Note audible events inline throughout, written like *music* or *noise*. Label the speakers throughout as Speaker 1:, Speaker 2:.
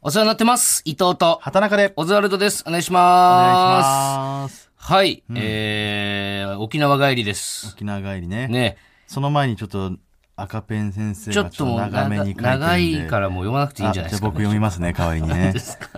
Speaker 1: お世話になってます。伊藤と、
Speaker 2: 畑中で。
Speaker 1: オズワルドです。お願いし
Speaker 2: お
Speaker 1: ます。
Speaker 2: 願いします。
Speaker 1: はい、えー、沖縄帰りです。
Speaker 2: 沖縄帰りね。
Speaker 1: ね、
Speaker 2: その前にちょっと赤ペン先生
Speaker 1: ちょ
Speaker 2: が
Speaker 1: っ
Speaker 2: ち
Speaker 1: と
Speaker 2: ょっ
Speaker 1: も
Speaker 2: と
Speaker 1: う
Speaker 2: 長めに書いてるんで。
Speaker 1: 長いからもう読まなくていいん
Speaker 2: あ
Speaker 1: じ
Speaker 2: じ
Speaker 1: ゃ
Speaker 2: ゃ
Speaker 1: な
Speaker 2: あ
Speaker 1: いですか。。
Speaker 2: 僕読みますね、代わりに
Speaker 1: *laughs*
Speaker 2: ね
Speaker 1: ですか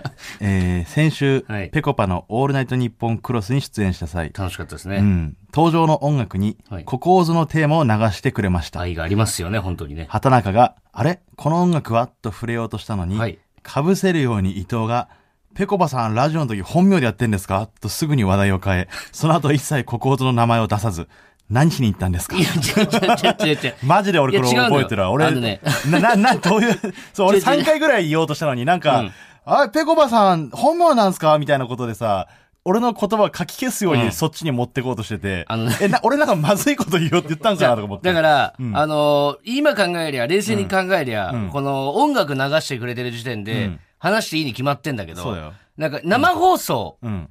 Speaker 2: えー先週、
Speaker 1: はい
Speaker 2: ぺこぱのオールナイトニッポンクロスに出演した際、
Speaker 1: 楽しかったです
Speaker 2: う
Speaker 1: ね。
Speaker 2: ん、登場の音楽に
Speaker 1: はい、
Speaker 2: ココーズのテーマを流してくれました。
Speaker 1: 愛がありますよね、本当にね。
Speaker 2: 畑中が、あれこの音楽はと触れようとしたのに、
Speaker 1: はい *laughs*
Speaker 2: かぶせるように伊藤が、ぺこぱさんラジオの時本名でやってんですかとすぐに話題を変え、その後一切ココーズの名前を出さず、何しに行ったんですか
Speaker 1: いや、違う違う違う違う違う。
Speaker 2: マジで *laughs* 俺これ
Speaker 1: いや違うんだよ
Speaker 2: 覚えてるわ。
Speaker 1: あ
Speaker 2: 俺、
Speaker 1: のね
Speaker 2: な、な、な、どういう、そう、俺3回ぐらい言おうとしたのになんか、
Speaker 1: うん
Speaker 2: あ、ぺこぱさん本名なんすかみたいなことでさ、俺の言葉をかき消すよう
Speaker 1: うん
Speaker 2: にそっちに持ってこうとしてて、
Speaker 1: あのね
Speaker 2: え、な、俺なんかまずいこと言おうって言ったんかなとか思って。
Speaker 1: *laughs* だから、
Speaker 2: うん
Speaker 1: あのー今考えりゃ、冷静に考えりゃ、
Speaker 2: うん
Speaker 1: この音楽流してくれてる時点で、
Speaker 2: うん
Speaker 1: 話していいに決まってんだけど、
Speaker 2: そうだよ。
Speaker 1: なんか生放送
Speaker 2: うん。
Speaker 1: っ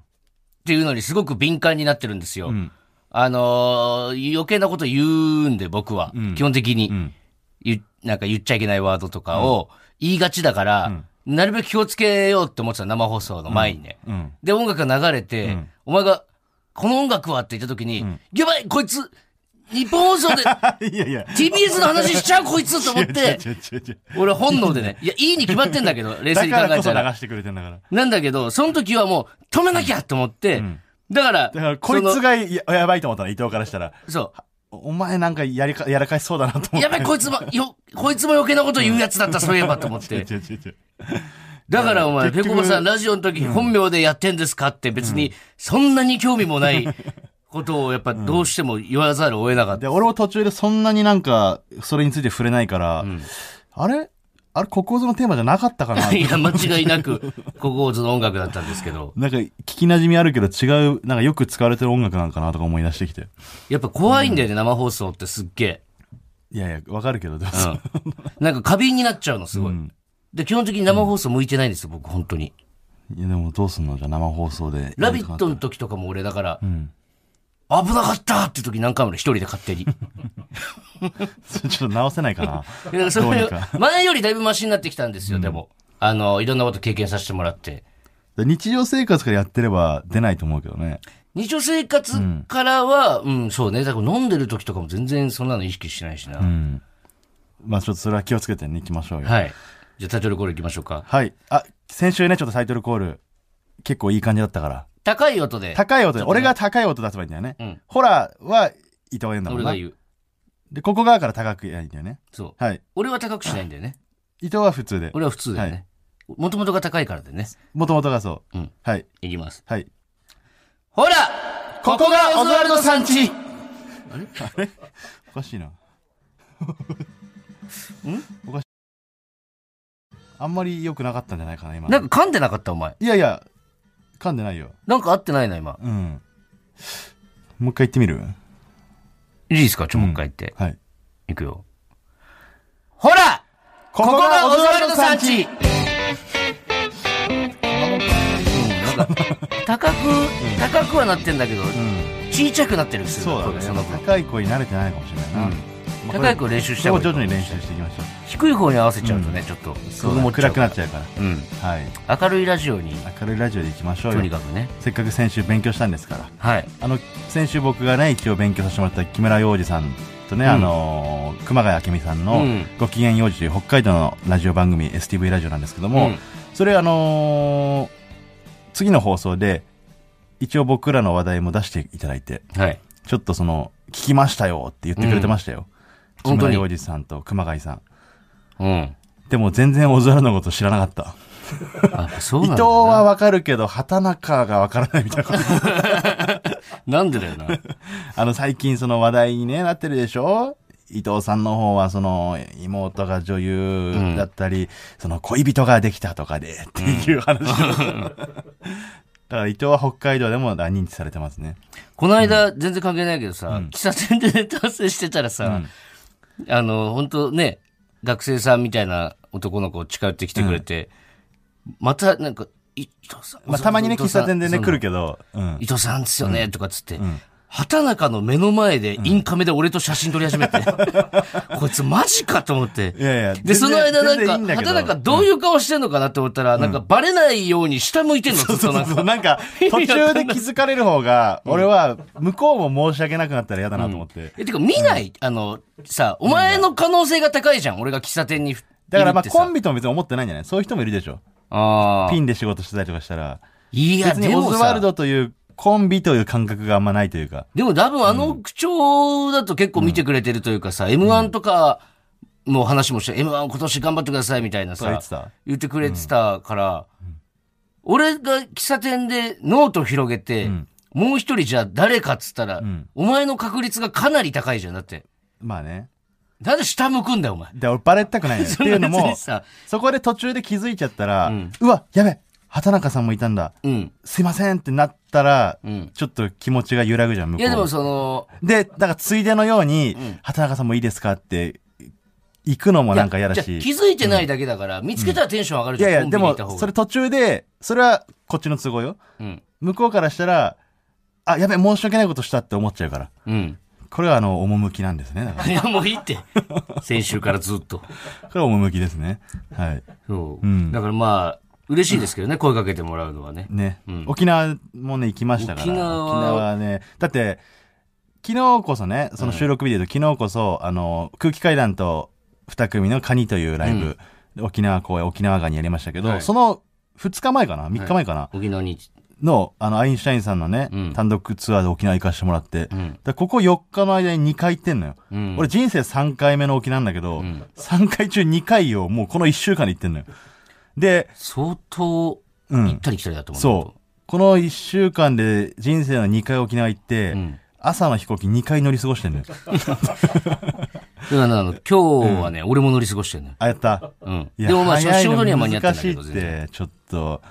Speaker 1: ていうのにすごく敏感になってるんですよ。
Speaker 2: うん。
Speaker 1: あのー余計なこと言うんで、僕は。
Speaker 2: うん
Speaker 1: 基本的に、
Speaker 2: うん。
Speaker 1: ゆなんか言っちゃいけないワードとかを言いがちだから、なるべく気をつけようって思ってた生放送の前にね。 *laughs*
Speaker 2: うん。
Speaker 1: で、音楽が流れて、
Speaker 2: ん
Speaker 1: お前が、この音楽はって言った時に、やばいこいつ日本放送
Speaker 2: *laughs*
Speaker 1: で
Speaker 2: いやいや。
Speaker 1: TBS の話しちゃうこいつと思っ
Speaker 2: 違
Speaker 1: て、
Speaker 2: う違う違う違う
Speaker 1: 俺本能でね、いや、いいに決まってんだけど、冷静
Speaker 2: *laughs* だ
Speaker 1: に考
Speaker 2: から
Speaker 1: えた
Speaker 2: こそ流
Speaker 1: ら。
Speaker 2: してくれてんだから。
Speaker 1: なんだけど、その時はもう止めなきゃと思って、
Speaker 2: ん
Speaker 1: だから、
Speaker 2: だから、こい
Speaker 1: そ
Speaker 2: つ
Speaker 1: の
Speaker 2: がややばいと思ったの、伊藤からしたら。
Speaker 1: そ
Speaker 2: お前なんかやりか、やらかしそうだなと
Speaker 1: う。
Speaker 2: 思って。
Speaker 1: やべ、こいつも、 *laughs* よ、こいつも余計なこと言うやつだった、 *laughs* そういえばと思っ
Speaker 2: 違う
Speaker 1: て。
Speaker 2: 違う違う違う
Speaker 1: だからお前、
Speaker 2: 結
Speaker 1: ペ
Speaker 2: 局
Speaker 1: コパさん、ラジオの時、本名でやってんですかって別に、そんなに興味もないことを、やっぱどうしても言わざるを得なかった。
Speaker 2: で、俺も途中でそんなになんか、それについて触れないから、あれあれ、国語図のテーマじゃなかっ
Speaker 1: *laughs*
Speaker 2: たか
Speaker 1: *laughs*
Speaker 2: な
Speaker 1: いや、間違いなく、ココーズの音楽だったんですけど、
Speaker 2: なんか、聞き馴染みあるけど違う、なんかよく使われてる音楽なんかなとか思い出してきて。
Speaker 1: やっぱ怖いんだよね、生放送ってすっげえ。
Speaker 2: いやいや、わかるけど、でも
Speaker 1: う
Speaker 2: さ
Speaker 1: ん。なんか過敏になっちゃうの、すごい。で、基本的に生放送向いてないんですよ、僕、本当に。
Speaker 2: いやでもどうすんのじゃあ生放送で。
Speaker 1: ラビットの時とかも俺だから、
Speaker 2: ん
Speaker 1: 危なかったって時何回もね一人で勝手に。だ
Speaker 2: それちょっと直せない
Speaker 1: *laughs*
Speaker 2: かな。
Speaker 1: からそ
Speaker 2: どうに
Speaker 1: れ
Speaker 2: か
Speaker 1: 前よりだいぶマシになってきたんですよ、でも。あの、いろんなこと経験させてもらって。
Speaker 2: で日常生活からやってれば出ないと思うけどね。
Speaker 1: 日常生活からは、うん、そうね。だから飲んでる時とかも全然そんなの意識しないしな。
Speaker 2: うん。まあちょっとそれは気をつけてね、行きましょうよ。はい。
Speaker 1: はい。じゃあタイトルコールいきましょうか。
Speaker 2: あ、先週ね、ちょっとタイトルコール、結構いい感じだったから。
Speaker 1: 高い音で。
Speaker 2: 高い音で、俺が高い音出せばいいんだよね。
Speaker 1: うん
Speaker 2: ホラーは伊藤が言うんだも
Speaker 1: 俺
Speaker 2: ん
Speaker 1: が
Speaker 2: な。
Speaker 1: 言う。
Speaker 2: で、ここ側から高く言えばいいんだよね。
Speaker 1: そう。
Speaker 2: はい。
Speaker 1: 俺は高くしないんだよね。
Speaker 2: 伊藤は普通で。
Speaker 1: 俺は普通だよね。もともとが高いからでね。
Speaker 2: もともとがそう。
Speaker 1: うん
Speaker 2: はい。
Speaker 1: いきます。
Speaker 2: はい。
Speaker 1: ほらここがオズワルドさん
Speaker 2: 地おかしい
Speaker 1: *laughs*
Speaker 2: な。んおかしい。あんまり良くなかったんじゃないかな、今。
Speaker 1: なんか噛んでなかったお前。
Speaker 2: いやいや、噛んでないよ。
Speaker 1: なんか合ってないな今。
Speaker 2: うん。もう一回言ってみる
Speaker 1: いいですかちょ、もう一回言って。
Speaker 2: はい。
Speaker 1: いくよ。ほらここがオズワルドさん
Speaker 2: 地
Speaker 1: ち高く、高くはなってんだけど、
Speaker 2: うん。
Speaker 1: 小さくなってるんですよ。
Speaker 2: そうだね。
Speaker 1: その分
Speaker 2: 高い声に慣れてないかもしれないな。
Speaker 1: うん
Speaker 2: まあこれ
Speaker 1: 高い声練習した
Speaker 2: こ
Speaker 1: 方
Speaker 2: れ
Speaker 1: がいい
Speaker 2: を徐々に練習していきましょう。
Speaker 1: 低い方に合わせちゃうとね、ちょっと、
Speaker 2: そうだ暗くなっち
Speaker 1: ゃ
Speaker 2: ゃうから。
Speaker 1: う。うん。
Speaker 2: はい。
Speaker 1: 明るいラジオに、
Speaker 2: 明るいラジオで行きましょ
Speaker 1: と
Speaker 2: う
Speaker 1: に
Speaker 2: よ。
Speaker 1: かくね。
Speaker 2: せっかく先週勉強したんですから。
Speaker 1: はい。
Speaker 2: あの、先週僕がね、一応勉強させてもらった木村洋二さんとね、
Speaker 1: うん
Speaker 2: あのー熊谷明美さん
Speaker 1: う
Speaker 2: の
Speaker 1: ん
Speaker 2: ご機嫌洋二という北海道のラジオ番組、STV ラジオなんですけども、
Speaker 1: うん
Speaker 2: それあのー次の放送で、一応僕らの話題も出していただいて、
Speaker 1: はい。
Speaker 2: ちょっとその、聞きましたよって言ってくれてましたよ。
Speaker 1: うん本
Speaker 2: 木
Speaker 1: 当に
Speaker 2: 村洋二さんと熊谷さん。
Speaker 1: うん。
Speaker 2: でも全然オズワルドのこと知らなかった。
Speaker 1: あ、そう
Speaker 2: 伊
Speaker 1: なん
Speaker 2: 藤
Speaker 1: だ。
Speaker 2: はわかるけど、畑中がわからないみたいな *laughs* こと。
Speaker 1: なんでだよな。
Speaker 2: あの、最近その話題にね、なってるでしょ伊藤さんの方は、その、妹が女優だったり、その、恋人ができたとかで、っていう話。 *laughs* だから伊藤は北海道でも認知されてますね。
Speaker 1: この間、全然関係ないけどさ、喫茶店でネタ合わせしてたらさ、あの、本当ね、学生さんみたいな男の子を近寄ってきてくれて、またなんか、い伊藤さん。
Speaker 2: まあ、たまにね、
Speaker 1: 伊藤
Speaker 2: 喫
Speaker 1: さん
Speaker 2: 茶店でね、
Speaker 1: その
Speaker 2: 来るけど、うん
Speaker 1: 伊藤さんですよね、とかっつって、畑中の目の前で、インカメで俺と写真撮り始め
Speaker 2: *laughs*
Speaker 1: て、こいつマジかと思って。
Speaker 2: いやいや
Speaker 1: で、
Speaker 2: 全然
Speaker 1: その間なん
Speaker 2: 全
Speaker 1: か、
Speaker 2: 然いいんだけど
Speaker 1: 畑中どういう顔してんのかなって思ったら、なんかバレないように下向いてんの、ずっ
Speaker 2: そ
Speaker 1: と
Speaker 2: う
Speaker 1: な
Speaker 2: そ
Speaker 1: んか。
Speaker 2: うそう。な
Speaker 1: *laughs*
Speaker 2: んか、途中で気づかれる方が、俺は、向こうも申し訳なくなったら嫌だなと思って。
Speaker 1: え、てか見ない、あの、さ、お前の可能性が高いじゃん。俺が喫茶店にいるってさ。
Speaker 2: だからまあ、コンビとも別に思ってないんじゃないそういう人もいるでしょ。
Speaker 1: ああ。
Speaker 2: ピンで仕事してたりとかしたら。
Speaker 1: いや、
Speaker 2: 別に
Speaker 1: で
Speaker 2: オ
Speaker 1: も
Speaker 2: ズワ
Speaker 1: さ
Speaker 2: ル、ドというコンビという感覚があんまないというか。
Speaker 1: でも多分あの口調だと結構見てくれてるというかさ、M1 とかの話もして、M1 今年頑張ってくださいみたいな
Speaker 2: そう言
Speaker 1: さ
Speaker 2: って、た。
Speaker 1: 言ってくれてたから、俺が喫茶店でノート広げて、
Speaker 2: ん
Speaker 1: もう一人じゃあ誰かっつったら、
Speaker 2: ん
Speaker 1: お前の確率がかなり高いじゃん。だって。
Speaker 2: まあね。
Speaker 1: なんで下向くんだよ、お前。
Speaker 2: で、俺バレたく
Speaker 1: *laughs*
Speaker 2: ないのよ。っていうの
Speaker 1: 別
Speaker 2: も
Speaker 1: に、さ、
Speaker 2: そこで途中で気づいちゃったら、うわ、やべ、畑中さんもいたんだ。
Speaker 1: うん。
Speaker 2: すいませんってなったら、
Speaker 1: ん
Speaker 2: ちょっと気持ちが揺らぐじゃん、向こ。
Speaker 1: いうやでもその、
Speaker 2: で、だからついでのように、畑中さんもいいですかって、行くのもなんか嫌だ
Speaker 1: いや
Speaker 2: し。
Speaker 1: じゃあ気づいてないだけだから、見つけたらテンション上がる
Speaker 2: い
Speaker 1: じゃ
Speaker 2: や
Speaker 1: ん。
Speaker 2: いや、でも
Speaker 1: コンビにいた方、が
Speaker 2: それ途中で、それはこっちの都合よ。
Speaker 1: うん。
Speaker 2: 向こうからしたら、あ、やべ、申し訳ないことしたって思っちゃうから。
Speaker 1: うん。 *laughs*
Speaker 2: これはあの、趣なんですね。だか
Speaker 1: いや、もういいって。先週からずっと。
Speaker 2: らこれは趣ですね。はい。
Speaker 1: そう。
Speaker 2: うん
Speaker 1: だからまあ、嬉しいですけどね、声かけてもらうのはね。
Speaker 2: ね、
Speaker 1: うん
Speaker 2: 沖縄もね、行きましたから。
Speaker 1: 沖縄は
Speaker 2: 沖はね、だって、昨日こそね、その収録日で言うと、昨日こそ、あの、空気階段と二組のカニというライブ、沖縄公演、沖縄館にやりましたけど、
Speaker 1: はい
Speaker 2: その2日前かな ?3 日前かな、
Speaker 1: 沖縄に。
Speaker 2: の、あの、アインシュタインさんのね、
Speaker 1: うん
Speaker 2: 単独ツアーで沖縄行かしてもらって、
Speaker 1: うん。
Speaker 2: だからここ4日の間に2回行ってんのよ。
Speaker 1: うん。
Speaker 2: 俺人生3回目の沖縄なんだけど、
Speaker 1: ん
Speaker 2: 3回中2回をもうこの1週間で行ってんのよ。で、
Speaker 1: 相当、
Speaker 2: う
Speaker 1: 行
Speaker 2: ん
Speaker 1: っ。たり来たりだと思う。
Speaker 2: そう。この1週間で人生の2回沖縄行って、
Speaker 1: ん
Speaker 2: 朝の飛行機2回乗り過ごし
Speaker 1: *laughs*
Speaker 2: てんのよ。
Speaker 1: だからあの、今日はね、俺も乗り過ごしてるのよ。
Speaker 2: あ、やった。
Speaker 1: うん。
Speaker 2: いや
Speaker 1: でもまあ、その
Speaker 2: 早い
Speaker 1: 仕
Speaker 2: の
Speaker 1: 事には間に合ったんだけど、
Speaker 2: 難し
Speaker 1: 全
Speaker 2: いっ
Speaker 1: 然。
Speaker 2: て、ちょっと、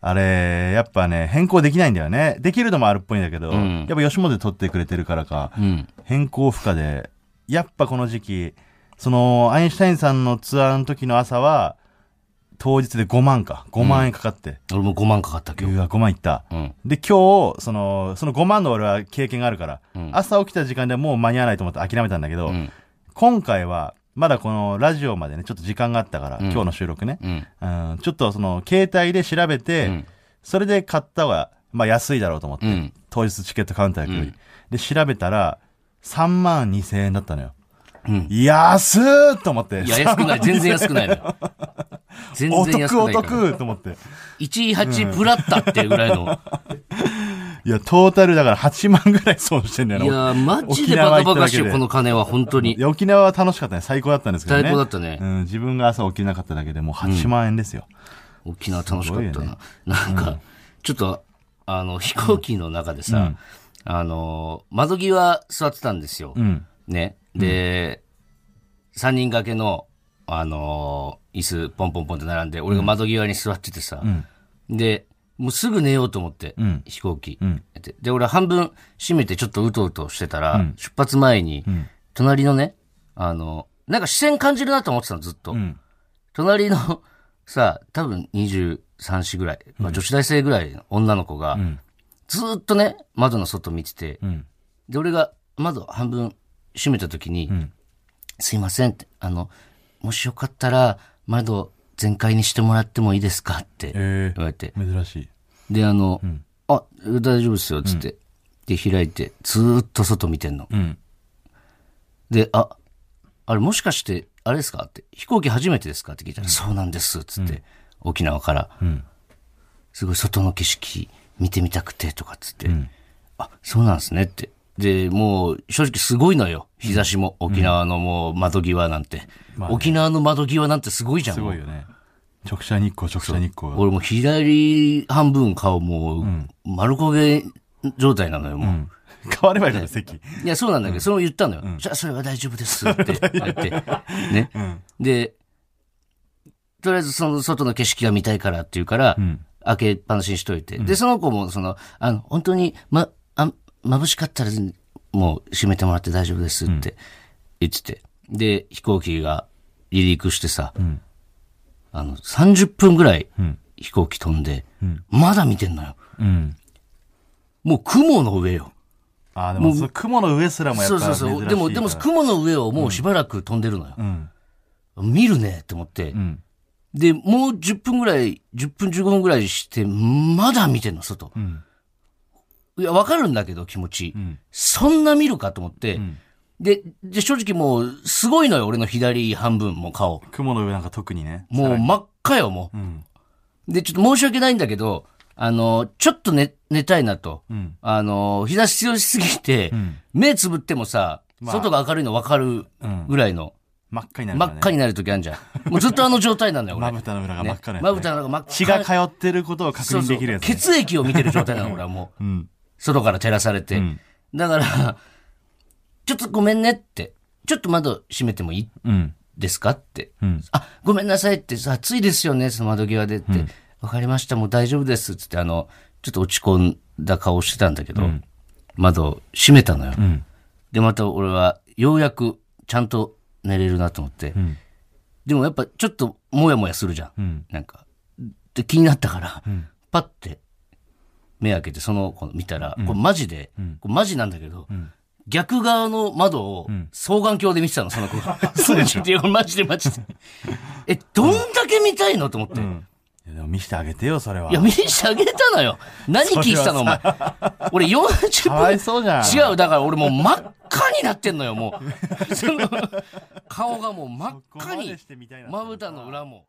Speaker 2: あれ、やっぱね、変更できないんだよね。できるのもあるっぽいんだけど、
Speaker 1: ん
Speaker 2: やっぱ吉本で撮ってくれてるからか、
Speaker 1: うん。
Speaker 2: 変更負荷で、やっぱこの時期、その、アインシュタインさんのツアーの時の朝は、当日で5万か。5万円かかって。
Speaker 1: 俺も5万かかった、
Speaker 2: う
Speaker 1: 今日。
Speaker 2: わ、5万いった。
Speaker 1: うん。
Speaker 2: で、今日、その、その5万の俺は経験があるから、
Speaker 1: うん
Speaker 2: 朝起きた時間でもう間に合わないと思って諦めたんだけど、
Speaker 1: うん。
Speaker 2: 今回は、まだこのラジオまでね、ちょっと時間があったから、今日の収録ね、
Speaker 1: うん。
Speaker 2: うん、ちょっとその、携帯で調べて、
Speaker 1: うん
Speaker 2: それで買った方が、まあ安いだろうと思って、
Speaker 1: うん
Speaker 2: 当日チケットカウンター行くより。で、調べたら、3万2千円だったのよ。
Speaker 1: うん
Speaker 2: 安ーと思って。
Speaker 1: いや、安くない。全然安くないの
Speaker 2: *laughs*
Speaker 1: よ。全
Speaker 2: お
Speaker 1: 然安
Speaker 2: 得
Speaker 1: く
Speaker 2: お
Speaker 1: ないから。
Speaker 2: 得と思って。
Speaker 1: 18プラッタってぐらい
Speaker 2: *laughs*
Speaker 1: の。
Speaker 2: いや、トータルだから8万ぐらい損してんだよ
Speaker 1: い
Speaker 2: な。
Speaker 1: やー、マジでバカバカしいよ、この金は、本当
Speaker 2: い
Speaker 1: に。
Speaker 2: や沖縄は楽しかったね。最高だったんですけどね。
Speaker 1: 最高だったね
Speaker 2: うん、自分が朝起きれなかっただけでもう8万円ですよ。
Speaker 1: 沖縄楽しかっ
Speaker 2: す
Speaker 1: た
Speaker 2: ごい
Speaker 1: な。
Speaker 2: よね
Speaker 1: なんか、ちょっと、あの、飛行機の中でさ、
Speaker 2: うん
Speaker 1: あのー、窓際座ってたんですよ。
Speaker 2: うん。
Speaker 1: ね。で、三人掛けの、あのー、椅子、ポンポンポンって並んで、俺が窓際に座っててさ、
Speaker 2: ん
Speaker 1: で、もうすぐ寝ようと思って、
Speaker 2: うん
Speaker 1: 飛行機、
Speaker 2: うん
Speaker 1: で。で俺半分閉めてちょっとうとうとしてたら、
Speaker 2: うん
Speaker 1: 出発前に、
Speaker 2: ん
Speaker 1: 隣のね、あの、なんか視線感じるなと思ってたの、ずっと。
Speaker 2: うん。
Speaker 1: 隣の、 *laughs* さ、多分23、4ぐらい、まあ、女子大生ぐらいの女の子が、
Speaker 2: ん
Speaker 1: ずーっとね、窓の外見てて、
Speaker 2: うん。
Speaker 1: で、俺が窓半分閉めた時に、
Speaker 2: ん
Speaker 1: すいませんって、あの、もしよかったら窓全開にしてもらってもいいですかって言
Speaker 2: え
Speaker 1: われて、
Speaker 2: ー、珍しい。
Speaker 1: で、あの、あ、大丈夫ですよ、つって、で、開いて、ずーっと外見てんの。
Speaker 2: うん。
Speaker 1: で、あ、あれもしかして、あれですかって、飛行機初めてですかって聞いたら、そうなんです、つって、沖縄から、
Speaker 2: ん
Speaker 1: すごい外の景色見てみたくて、とかっつって、あ、そうなんですねって。で、もう、正直すごいのよ。日差しも、沖縄のもう窓際なんて、沖縄の窓際なんてすごいじゃん。
Speaker 2: すごいよね。直射日光、直射日光。
Speaker 1: 俺もう左半分顔もう、丸焦げ状態なのよ、もう。
Speaker 2: *laughs* 変わればいいから、席。
Speaker 1: いや、そうなんだけど、それも言ったのよ。じゃあ、それは大丈夫ですって言 *laughs* って。ね。で、とりあえずその外の景色が見たいからって言うから、
Speaker 2: ん
Speaker 1: 開けっぱなしにしといて。で、その子も、その、あの、本当に、ま、あ、眩しかったら、もう閉めてもらって大丈夫ですって言ってて。で、飛行機が離陸してさ、あの、30分ぐらい
Speaker 2: ん
Speaker 1: 飛行機飛んで、まだ見てんのよ。
Speaker 2: うん。
Speaker 1: もう雲の上よ。
Speaker 2: あーでもその雲の上すらもやっぱ
Speaker 1: そう
Speaker 2: 珍しい
Speaker 1: そう
Speaker 2: から
Speaker 1: そう。でも、でも、雲の上をもうしばらく飛んでるのよ
Speaker 2: う。ん
Speaker 1: 見るねって思って
Speaker 2: う。ん
Speaker 1: で、もう10分ぐらい、10分15分ぐらいして、まだ見てんの、外。
Speaker 2: うん
Speaker 1: いや、わかるんだけど、気持ち
Speaker 2: う。ん
Speaker 1: そんな見るかと思って
Speaker 2: う。ん
Speaker 1: で、で、正直もう、すごいのよ、俺の左半分、もう顔。
Speaker 2: 雲の上なんか特にね
Speaker 1: もう真っ赤よ、も
Speaker 2: うん
Speaker 1: う。で、ちょっと申し訳ないんだけど、あの、ちょっと寝、寝たいなと。
Speaker 2: うん
Speaker 1: あの、日差し強すぎて、
Speaker 2: うん
Speaker 1: 目つぶってもさ、
Speaker 2: まあ
Speaker 1: 外が明るいの分かる
Speaker 2: うん
Speaker 1: ぐらいの、
Speaker 2: 真っ赤になる
Speaker 1: 真っ赤
Speaker 2: に
Speaker 1: になる時あるじゃん。もうずっとあの状態なのよ、俺。
Speaker 2: まぶたの裏が真っ赤なやつね
Speaker 1: まぶたの中真っ赤
Speaker 2: 血が通ってることを確認できるやつね
Speaker 1: そうそう血液を見てる状態なの、俺はもう。
Speaker 2: うん
Speaker 1: 外から照らされて。
Speaker 2: うん
Speaker 1: だから、ちょっとごめんねって。ちょっと窓閉めてもいい
Speaker 2: うん
Speaker 1: ですかって。
Speaker 2: うん
Speaker 1: あ、ごめんなさいって、暑いですよね、その窓際でって。わ、かりました、もう大丈夫ですっつって、あの、ちょっと落ち込んだ顔してたんだけど、窓閉めたのよ。
Speaker 2: ん
Speaker 1: で、また俺は、ようやくちゃんと寝れるなと思って。
Speaker 2: ん
Speaker 1: でもやっぱちょっともやもやするじゃん。
Speaker 2: うん
Speaker 1: なんか。で、気になったから、パッて目開けてその子見たら、これマジで、これマジなんだけど、逆側の窓を双眼鏡で見てたの、その子が。 *laughs* そうでしょマジでマジで。え、どんだけ見たいのと思って。
Speaker 2: いやでも見せてあげてよそれはい
Speaker 1: や、見してあげたのよ。何聞いてたの、お前。俺40
Speaker 2: かわ
Speaker 1: 分
Speaker 2: いそうじゃん
Speaker 1: 違う、だから俺もう真っ赤になってんのよ、もう。その顔がもう真っ赤
Speaker 2: そこま
Speaker 1: に
Speaker 2: でし、てみたいな
Speaker 1: まぶたの裏も。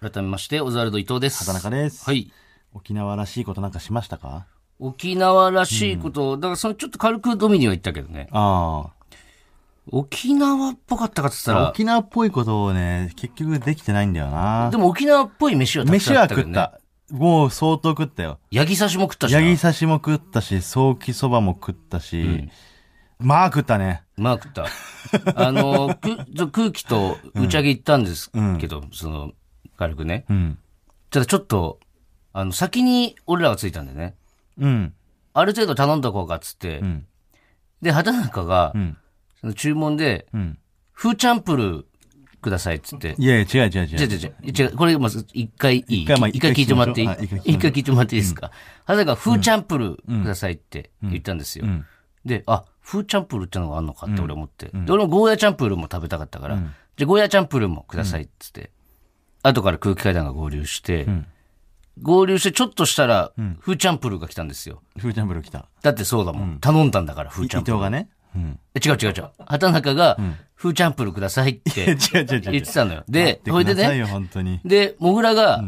Speaker 1: 改めまして、オズワルド伊藤です。
Speaker 2: 畑中です
Speaker 1: はい。
Speaker 2: 沖縄らしいことなんかしましたか
Speaker 1: 沖縄らしいこと、だからそのちょっと軽くドミニは言ったけどね。
Speaker 2: あ
Speaker 1: 沖縄っぽかったかって言った
Speaker 2: あ
Speaker 1: ら、
Speaker 2: 沖縄っぽいことをね結局できてないんだよな
Speaker 1: でも沖縄っぽい飯はたくさ
Speaker 2: 飯
Speaker 1: んあ
Speaker 2: は
Speaker 1: ったけ
Speaker 2: 食
Speaker 1: ど
Speaker 2: っ
Speaker 1: ね。
Speaker 2: たもう相当食ったよ
Speaker 1: ヤギ刺しも食ったしな
Speaker 2: ヤギ刺しも食ったしソーキそばも食ったし、まあ食ったね
Speaker 1: まあ食った。 *laughs* あの、くそう空気と打ち上げ行ったんですけど、その、軽くね。
Speaker 2: うん
Speaker 1: ただちょっと、あの、先に俺らが着いたんでね。
Speaker 2: うん
Speaker 1: ある程度頼んどこうかっつって。
Speaker 2: ん
Speaker 1: で、畑中が
Speaker 2: う、ん
Speaker 1: その注文で、
Speaker 2: うん
Speaker 1: 風チャンプルーくださいっつって。
Speaker 2: いやいや違う違う
Speaker 1: 違
Speaker 2: 違
Speaker 1: う
Speaker 2: う
Speaker 1: 違う違う。違うこれまず一回いい。
Speaker 2: 一回まあ
Speaker 1: 一回聞いてもらっていい
Speaker 2: 一回聞きましょうあ一回聞きましょう
Speaker 1: 一回聞いてもらっていいですか。畑中が風チャンプルーくださいって言ったんですよ。
Speaker 2: ん
Speaker 1: で、あ、風チャンプルーってのがあるのかって俺思って。で、俺もゴーヤチャンプルーも食べたかったから、じゃあゴーヤチャンプルーもくださいっつって。後から空気階段が合流して、合流してちょっとしたら、風チャンプルーが来たんですよ。
Speaker 2: フーチャンブル来た
Speaker 1: だってそうだもん。頼んだんだから、
Speaker 2: い
Speaker 1: 風
Speaker 2: 伊
Speaker 1: チャンプ
Speaker 2: 藤がねうん
Speaker 1: ルー。違う違う違う。畑中が、風チャンプルーくださいって。
Speaker 2: 違う違う違う
Speaker 1: 言ってたのよ。で、
Speaker 2: で
Speaker 1: それで
Speaker 2: ください
Speaker 1: ね、
Speaker 2: よ本当に
Speaker 1: で、モグラが、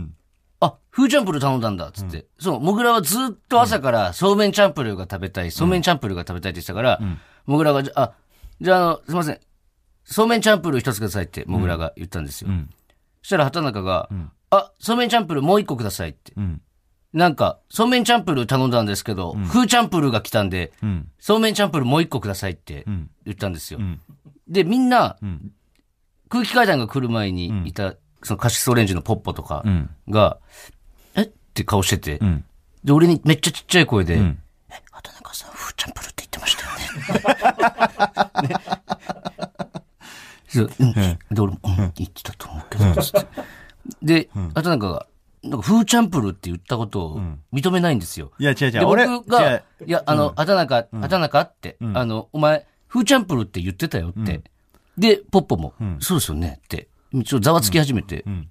Speaker 1: あ、フーチャンプルー頼んだんだ、つって。そう、モグラはずっと朝から、そうめんチャンプルーが食べたい、そうめんチャンプルーが食べたいって言ってたから、モグラが、じゃあ、じゃああの、すいません、そうめんチャンプルー一つくださいって、モグラが言ったんですよ。
Speaker 2: ん
Speaker 1: そしたら畑中が、あ、そうめんチャンプルーもう一個くださいって。
Speaker 2: うん
Speaker 1: なんか、そうめんチャンプルー頼んだんですけど、フーチャンプルーが来たんで、
Speaker 2: うん
Speaker 1: そうめんチャンプルーもう一個くださいって
Speaker 2: うん
Speaker 1: 言ったんですよ。
Speaker 2: ん
Speaker 1: で、みんな、
Speaker 2: ん
Speaker 1: 空気階段が来る前にいた、そのカシスオレンジのポッポとか
Speaker 2: うん
Speaker 1: が、えって顔してて、
Speaker 2: うん
Speaker 1: で、俺にめっちゃちっちゃい声で、
Speaker 2: ん
Speaker 1: え、畑中さん、フーチャンプルーって言ってましたよね。 *laughs* そううんで、俺も、うん、言ってたと思うけど、つって。で、畑中が、なんか、フーチャンプルーって言ったことを認めないんですよ。
Speaker 2: いや違う違
Speaker 1: で、
Speaker 2: う俺
Speaker 1: 僕が、
Speaker 2: 違
Speaker 1: いうや、あの、畑中、畑中って、あの、お前、フーチャンプルって言ってたよって。で、ポッポも、そうですよねって、ちょっとざわつき始めて、
Speaker 2: ん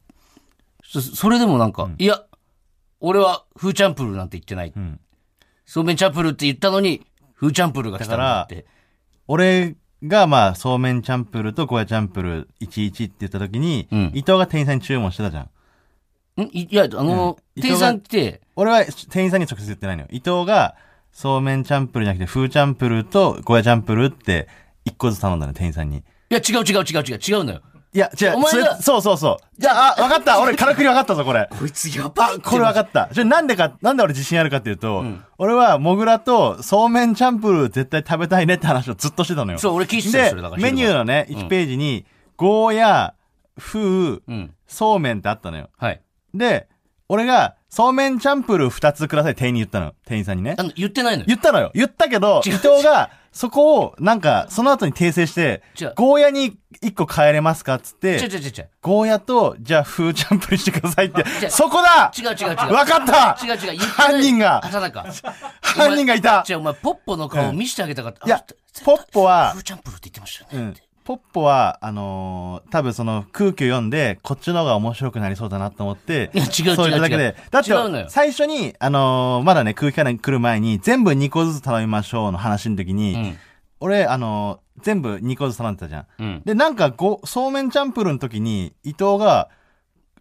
Speaker 1: そそれでもなんか、いや、俺はフーチャンプルなんて言ってない。
Speaker 2: ん
Speaker 1: そうめんチャンプルって言ったのに、フーチャンプルが来たんだって。
Speaker 2: 俺がまあそうめんチャンプルーとゴーヤチャンプルー11って言った時に、
Speaker 1: うん
Speaker 2: 伊藤が店員さんに注文してたじゃん
Speaker 1: んいいや、あの、
Speaker 2: うん
Speaker 1: 店員さん来て、
Speaker 2: 俺は店員さんに直接言ってないのよ。伊藤が、そうめんチャンプルーじゃなくて、風チャンプルーとゴーヤチャンプルーって、一個ずつ頼んだの、店員さんに。
Speaker 1: いや、違う違う違う違う違うのよ。
Speaker 2: いや、違う、
Speaker 1: お前が
Speaker 2: それそうそうそう。じゃあ、あ、わかった俺、からくりわかったぞ、こ
Speaker 1: *laughs*
Speaker 2: れ。
Speaker 1: こいつやば
Speaker 2: あ、これわかった。じゃあなんでか、なんで俺自信あるかっていうと、俺は、モグラと、そうめんチャンプルー絶対食べたいねって話をずっとしてたのよ。
Speaker 1: そう俺聞いてたよ
Speaker 2: で
Speaker 1: それだから
Speaker 2: メニューのね、1ページに、ゴーヤ、風、
Speaker 1: うん。
Speaker 2: そうめんってあったのよ。
Speaker 1: はい。
Speaker 2: で、俺が、そうめんチャンプルー2つください、店員に言ったの。店員さんにね
Speaker 1: あ。の、言ってないのよ。
Speaker 2: 言ったのよ。言ったけど、伊藤が、そこを、なんか、その後に訂正して
Speaker 1: じゃあ、
Speaker 2: ゴーヤに一個変えれますかっつっ
Speaker 1: ちょ
Speaker 2: て、
Speaker 1: ちょちょちょ。
Speaker 2: ゴーヤと、じゃあ、フーチャンプにしてくださいっ
Speaker 1: じゃ
Speaker 2: て、
Speaker 1: あ
Speaker 2: そこだ
Speaker 1: 違う違う違う。
Speaker 2: わかった
Speaker 1: 違う違う。言ってない
Speaker 2: 犯人が
Speaker 1: 畑中。
Speaker 2: 犯人がいた
Speaker 1: じゃあお前、ポッポの顔見せてあげたかった。
Speaker 2: いや
Speaker 1: あ絶対
Speaker 2: ポッポは
Speaker 1: フーチャンプルって言ってました
Speaker 2: う
Speaker 1: よね
Speaker 2: ん
Speaker 1: って。。
Speaker 2: ポッポは、あのー多分その空気を読んで、こっちの方が面白くなりそうだなと思って、
Speaker 1: いや違う
Speaker 2: そう言っただけ
Speaker 1: 違う
Speaker 2: で。だ
Speaker 1: 違うの
Speaker 2: っ
Speaker 1: よ
Speaker 2: て、最初に、あのーまだね、空気感に来る前に、全部2個ずつ頼みましょうの話の時に、
Speaker 1: ん
Speaker 2: 俺、あのー全部2個ずつ頼んでたじゃん。
Speaker 1: うん
Speaker 2: で、なんかご、そうめんチャンプルの時に、伊藤が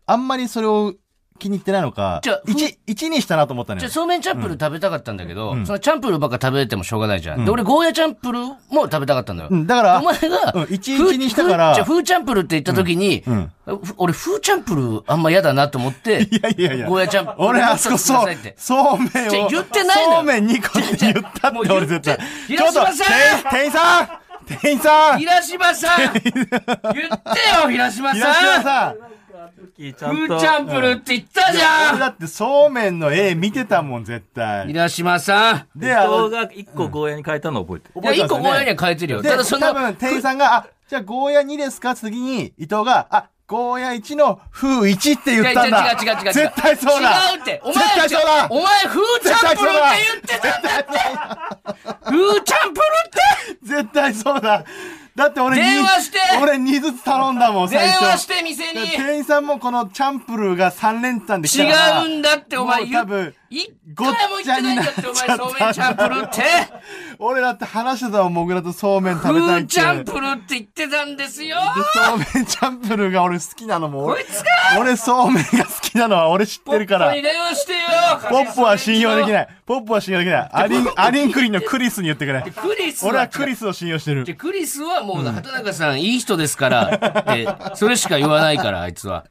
Speaker 2: あんまりそれを気に入ってないのか、
Speaker 1: じゃあ
Speaker 2: 1、一にしたなと思ったの
Speaker 1: じゃ
Speaker 2: よ
Speaker 1: あ、。そうめんチャンプルー食べたかったんだけど、そのチャンプルーばっか食べてもしょうがないじゃん。で、俺、ゴーヤチャンプルーも食べたかったんだよ。
Speaker 2: うんだから
Speaker 1: お前が、
Speaker 2: うん一日にしたか
Speaker 1: ふふ
Speaker 2: ら
Speaker 1: じゃあ、フーチャンプルーって言った時に、ふ俺、フーチャンプルーあんま嫌だなと思って、
Speaker 2: いやいやいや。
Speaker 1: ゴーヤチャンプルー
Speaker 2: 俺、あそこ、そう
Speaker 1: もっとくださいって、
Speaker 2: そうめん
Speaker 1: じゃあ
Speaker 2: を。
Speaker 1: 言ってないのよ
Speaker 2: そうめん2個って言ったって、俺絶対。
Speaker 1: じゃあじゃあ
Speaker 2: ちょっと店員さん店員さん
Speaker 1: 平島
Speaker 2: *laughs*
Speaker 1: さん言ってよ、平島
Speaker 2: 平
Speaker 1: さ
Speaker 2: 島
Speaker 1: ん
Speaker 2: さん
Speaker 1: フーチャンプルーって言ったじゃ
Speaker 2: 俺
Speaker 1: ん
Speaker 2: だって、そうめんの絵見てたもん、絶対。
Speaker 1: 平島さん
Speaker 2: で、あの、
Speaker 3: 伊藤が一個ゴーヤに変えたのを覚えてる。
Speaker 1: いや、一個ゴーヤには変えてるよ。
Speaker 2: で、
Speaker 1: ただその
Speaker 2: 多、分、店員さんが、あ、じゃあ、ゴーヤ2ですか次に、伊藤が、あ、ゴーヤ1の風1って言
Speaker 1: 違う違う
Speaker 2: ったんだ。
Speaker 1: 違う違う違う。
Speaker 2: 絶対そうだ
Speaker 1: 違うって。お前
Speaker 2: 絶対そうだ
Speaker 1: お前、フーチャンプルって言ってたんだってフーチャンプルって
Speaker 2: 絶対そうだだって俺に
Speaker 1: 電話して
Speaker 2: 俺2ずつ頼んだもん、最
Speaker 1: 電
Speaker 2: 初。
Speaker 1: 話して店に
Speaker 2: 店員さんもこのチャンプルーが3連単で来たから
Speaker 1: 違うんだってお前
Speaker 2: もう多分
Speaker 1: 一回も言ってないんだってお前、そうめんチャンプルって
Speaker 2: 俺だって話してたもんもぐらとそうめん食べ
Speaker 1: フ
Speaker 2: たい
Speaker 1: ー
Speaker 2: って
Speaker 1: チャンプルって言ってたんですよ
Speaker 2: でそうめんチャンプルーが俺好きなのも
Speaker 1: こ
Speaker 2: 俺
Speaker 1: いつ
Speaker 2: 俺そうめんが好きなのは俺知ってるか
Speaker 1: が
Speaker 2: ら
Speaker 1: に電話してよ
Speaker 2: ポッポは信用でき
Speaker 1: い。
Speaker 2: ないポッポは信用できないアリンアリンクリンのクリスに言ってくれ
Speaker 1: クリス
Speaker 2: 俺はクリスを信用してる
Speaker 1: で、クリスはもう、畑中さん、いい人ですから、って、それしか言わないから、あいつは。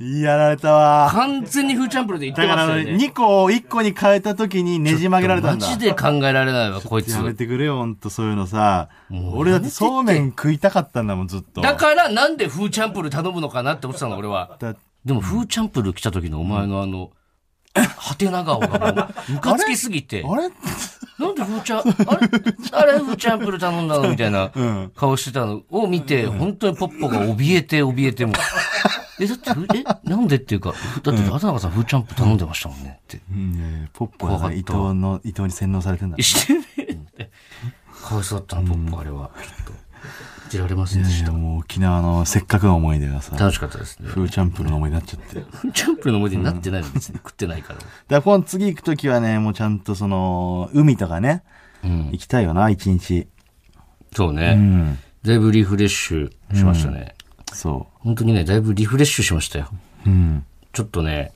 Speaker 2: やられたわ
Speaker 1: 完全にフーチャンプルで言って
Speaker 2: だか
Speaker 1: ま
Speaker 2: ら
Speaker 1: すよ、ね。
Speaker 2: 2個を1個に変えた時にねじ曲げられたんだ
Speaker 1: マジで考えられないわ、こいつ
Speaker 2: や。めてくれよほんとそういうのさ俺だってそうめん食いたかったんだもんずっと
Speaker 1: だからなんでフーチャンプル頼むのかなって思ってたの、俺は。
Speaker 2: だ
Speaker 1: でも、フーチャンプル来た時のお前のあの、ハテナ顔 *laughs* がもう、ムカつきすぎて、
Speaker 2: あ
Speaker 1: な
Speaker 2: れ
Speaker 1: んでフーチャン、あれ、あれフーチャンプル頼んだのみたいな顔してたのを見て、本当にポッポが怯えて、怯えても *laughs* う。え、だって、え、なんでっていうか、だって、畑中さんフーチャンプ頼んでましたもんねって。
Speaker 2: うんいやいやポッポ
Speaker 1: 怖か
Speaker 2: は
Speaker 1: った
Speaker 2: ね伊藤の、伊藤に洗脳されてんだ。い
Speaker 1: してねえって。かわいそうだったな、ポッポ、あれは。ちょっと、出られませんでし
Speaker 2: や
Speaker 1: た。
Speaker 2: もう沖縄のせっかくの思い出がさ、
Speaker 1: 楽しかったですね。
Speaker 2: フーチャンプルの思い出になっちゃって。だか
Speaker 1: チャンプルの文字になってないの別に食ってないから。
Speaker 2: ら今度次行くときはね、もうちゃんとその、海とかね、行きたいよな、一日。
Speaker 1: そうね、
Speaker 2: うん。
Speaker 1: だいぶリフレッシュしましたね。
Speaker 2: そ
Speaker 1: 本当にね、だいぶリフレッシュしましたよ。
Speaker 2: う。うん。
Speaker 1: ちょっとね、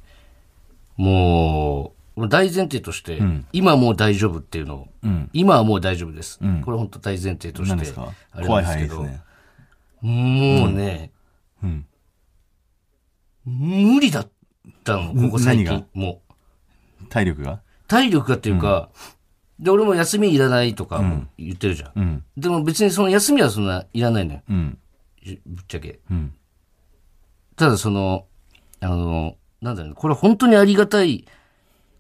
Speaker 1: もう、大前提として、今もう大丈夫っていうのを、
Speaker 2: うん。
Speaker 1: 今はもう大丈夫です。
Speaker 2: ん
Speaker 1: これ本当大前提として。
Speaker 2: 何ですか
Speaker 1: あれな
Speaker 2: 怖
Speaker 1: ん
Speaker 2: い
Speaker 1: ですけ
Speaker 2: 範囲で
Speaker 1: ど
Speaker 2: すね。
Speaker 1: もうね、
Speaker 2: うん。
Speaker 1: 無理だったの、ここ最
Speaker 2: 何
Speaker 1: 近
Speaker 2: が。
Speaker 1: もう。
Speaker 2: 体力が
Speaker 1: 体力がっていうか、で、俺も休みいらないとか言ってるじゃん。
Speaker 2: うん。
Speaker 1: でも別にその休みはそんないらないのよ。
Speaker 2: うん。
Speaker 1: ぶっちゃけ。
Speaker 2: うん。
Speaker 1: ただその、あの、なんだろうね、これ本当にありがたい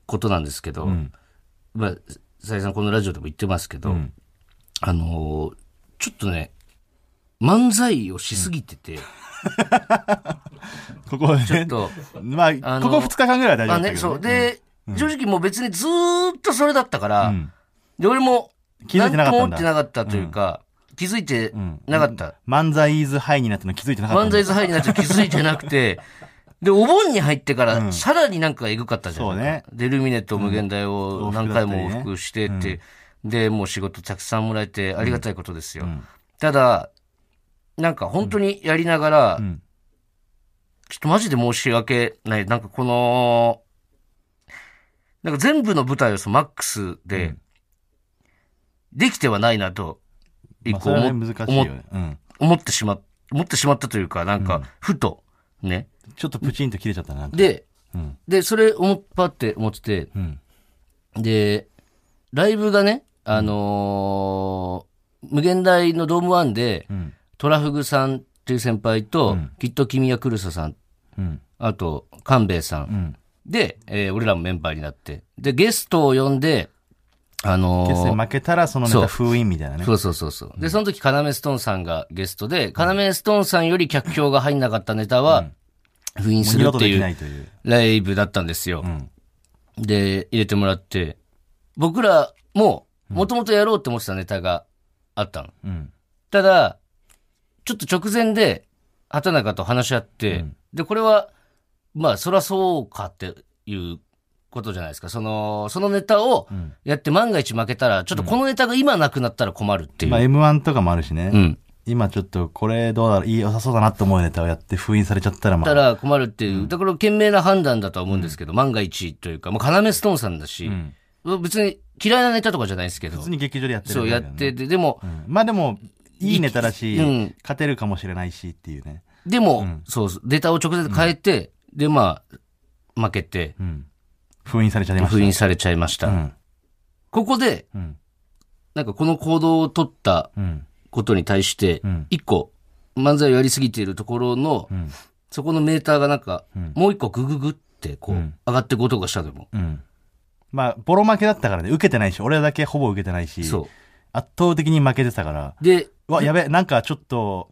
Speaker 1: ことなんですけど、
Speaker 2: ん
Speaker 1: まあ、さやさんこのラジオでも言ってますけど、
Speaker 2: ん
Speaker 1: あの、ちょっとね、漫才をしすぎてて、
Speaker 2: ここ
Speaker 1: ちょっ
Speaker 2: ね、 *laughs*
Speaker 1: と、
Speaker 2: まあ、こ
Speaker 1: あの
Speaker 2: こ2日間ぐらいは大丈
Speaker 1: まあ
Speaker 2: 夫だ
Speaker 1: ね、
Speaker 2: け
Speaker 1: そ
Speaker 2: ど
Speaker 1: う。
Speaker 2: ね。
Speaker 1: で、正直もう別にずーっとそれだったから、
Speaker 2: ん
Speaker 1: で、俺も、
Speaker 2: 気づいてなか
Speaker 1: んと
Speaker 2: ったんだ
Speaker 1: も思ってなかったというか、気づいてなかった。
Speaker 2: 漫才イズハイになったの気づいてなかっ
Speaker 1: *laughs*
Speaker 2: た
Speaker 1: 漫
Speaker 2: んだ。
Speaker 1: 才ズハイになっちゃって気づいてなく
Speaker 2: *laughs*
Speaker 1: て、で、お盆に入ってから、さらになんかエグかったじゃん。
Speaker 2: そうね
Speaker 1: で、ルミネと無限大を何回も往復してって、で、もう仕事たくさんもらえてありがたいことですよ。ただ、なんか本当にやりながら、
Speaker 2: うん
Speaker 1: ちょっとマジで申し訳ない。なんかこの、なんか全部の舞台をそのマックスで、できてはないなと、一
Speaker 2: まあ
Speaker 1: 個
Speaker 2: それ
Speaker 1: 思っ
Speaker 2: はね難しい
Speaker 1: 思
Speaker 2: よ
Speaker 1: っ
Speaker 2: ね。うん。
Speaker 1: 思ってしまっ、思ってしまったというか、なんか、ふと、ね。
Speaker 2: ちょっとプチンと切れちゃったな。なんか
Speaker 1: で、
Speaker 2: うん
Speaker 1: で、それ思っ、パって思ってて、
Speaker 2: うん。
Speaker 1: で、ライブがね、あのー無限大のドームワンで、
Speaker 2: うん。
Speaker 1: トラフグさんっていう先輩と、きっと君やクルサさん、
Speaker 2: うん。
Speaker 1: あと、勘兵衛さん、
Speaker 2: うん。
Speaker 1: で、えー俺らもメンバーになって、で、ゲストを呼んで、あのー
Speaker 2: 決戦負けたらそのネ
Speaker 1: そう
Speaker 2: タ封印みたいなね。
Speaker 1: そうそうそうそう。で、その時、カナメストーンさんがゲストで、カナメストーンさんより客票が入んなかったネタは、封印
Speaker 2: もう
Speaker 1: す
Speaker 2: 二
Speaker 1: る
Speaker 2: 度
Speaker 1: っ
Speaker 2: と
Speaker 1: て
Speaker 2: でき
Speaker 1: い
Speaker 2: な
Speaker 1: う
Speaker 2: いという。
Speaker 1: ライブだったんですよ。
Speaker 2: ん
Speaker 1: で、入れてもらって、僕らも、もともとやろうって思ってたネタがあったの。
Speaker 2: うん。
Speaker 1: ただ、ちょっと直前で、畑中と話し合って、で、これは、まあ、そらそうかっていうことじゃないですか。その、そのネタをやって万が一負けたら、ちょっとこのネタが今なくなったら困るっていう。
Speaker 2: まあ M1 とかもあるし
Speaker 1: う
Speaker 2: ね。
Speaker 1: ん。
Speaker 2: 今ちょっとこれどうだろう、いい良さそうだなって思うネタをやって封印されちゃったらま
Speaker 1: た
Speaker 2: あ。
Speaker 1: ら困るっていう、だから賢明な判断だとは思うんですけど、万が一というか、もう要ストーンさんだし、別に嫌いなネタとかじゃないですけど
Speaker 2: 普、通に劇場でやってる
Speaker 1: そう
Speaker 2: だ
Speaker 1: や
Speaker 2: けだ
Speaker 1: っ
Speaker 2: よ
Speaker 1: て
Speaker 2: ね
Speaker 1: て、でも
Speaker 2: う、んまあでも、いいネタだし、
Speaker 1: うん
Speaker 2: 勝てるかもしれないしっていうね。
Speaker 1: でも、そうそう、データを直接変えて、で、まあ、負けて、
Speaker 2: うん。封印されちゃいました。
Speaker 1: 封印されちゃいました。
Speaker 2: うん。
Speaker 1: ここで、
Speaker 2: うん。
Speaker 1: なんかこの行動を取った
Speaker 2: うん。
Speaker 1: ことに対して
Speaker 2: うん、
Speaker 1: 一個、漫才をやりすぎているところの、
Speaker 2: ん
Speaker 1: そこのメーターがなんか、
Speaker 2: ん
Speaker 1: もう一個グググって、こう、上がっていく音がしたでも。
Speaker 2: うん。まあ、ボロ負けだったからね、受けてないし、俺だけほぼ受けてないし、
Speaker 1: そ
Speaker 2: 圧倒的に負けてたから、
Speaker 1: う。で、
Speaker 2: うわ、やべ、なんかちょっと、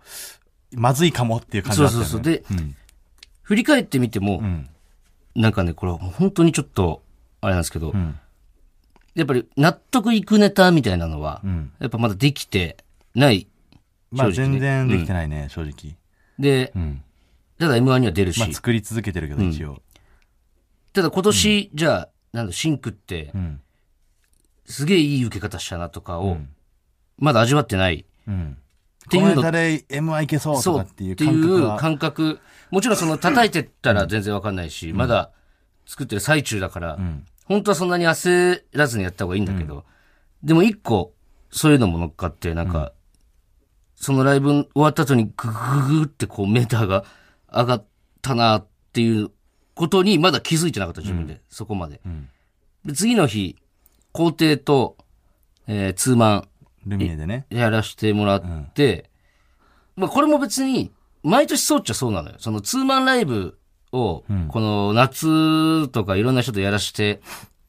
Speaker 2: まずいかもっていう感じ
Speaker 1: そ
Speaker 2: だ
Speaker 1: う
Speaker 2: ったよ
Speaker 1: そう
Speaker 2: ね。
Speaker 1: そう。で、
Speaker 2: うん
Speaker 1: 振り返ってみても、
Speaker 2: ん
Speaker 1: なんかね、これは本当にちょっと、あれなんですけど、
Speaker 2: ん
Speaker 1: やっぱり納得いくネタみたいなのは、
Speaker 2: ん
Speaker 1: やっぱまだできてない。
Speaker 2: まあ、
Speaker 1: 正直ね
Speaker 2: 全然できてないね、正直。
Speaker 1: で、
Speaker 2: ん
Speaker 1: ただ M1 には出るし、
Speaker 2: まあ、作り続けてるけど、一応。
Speaker 1: ただ今年、じゃあ、なんだ、シンクって、
Speaker 2: ん
Speaker 1: すげえいい受け方したなとかを、まだ味わってない。
Speaker 2: うん。
Speaker 1: ていうの
Speaker 2: このネタで M1 いけそうと
Speaker 1: そう
Speaker 2: か
Speaker 1: っ
Speaker 2: っててい
Speaker 1: いう
Speaker 2: 感覚
Speaker 1: う
Speaker 2: は。
Speaker 1: 感覚。もちろんその叩いてったら全然わかんないし、まだ作ってる最中だから、本当はそんなに焦らずにやった方がいいんだけど、でも一個、そういうのも乗っかって、なんか、そのライブ終わった後にググググってこうメーターが上がったなっていうことにまだ気づいてなかった自分で、そこまで。で次の日、皇帝と、えー、ツーマン、
Speaker 2: ルミネでね。
Speaker 1: やらしてもらって、まあこれも別に、毎年そうっちゃそうなのよ。そのツーマンライブを、この夏とかいろんな人とやらして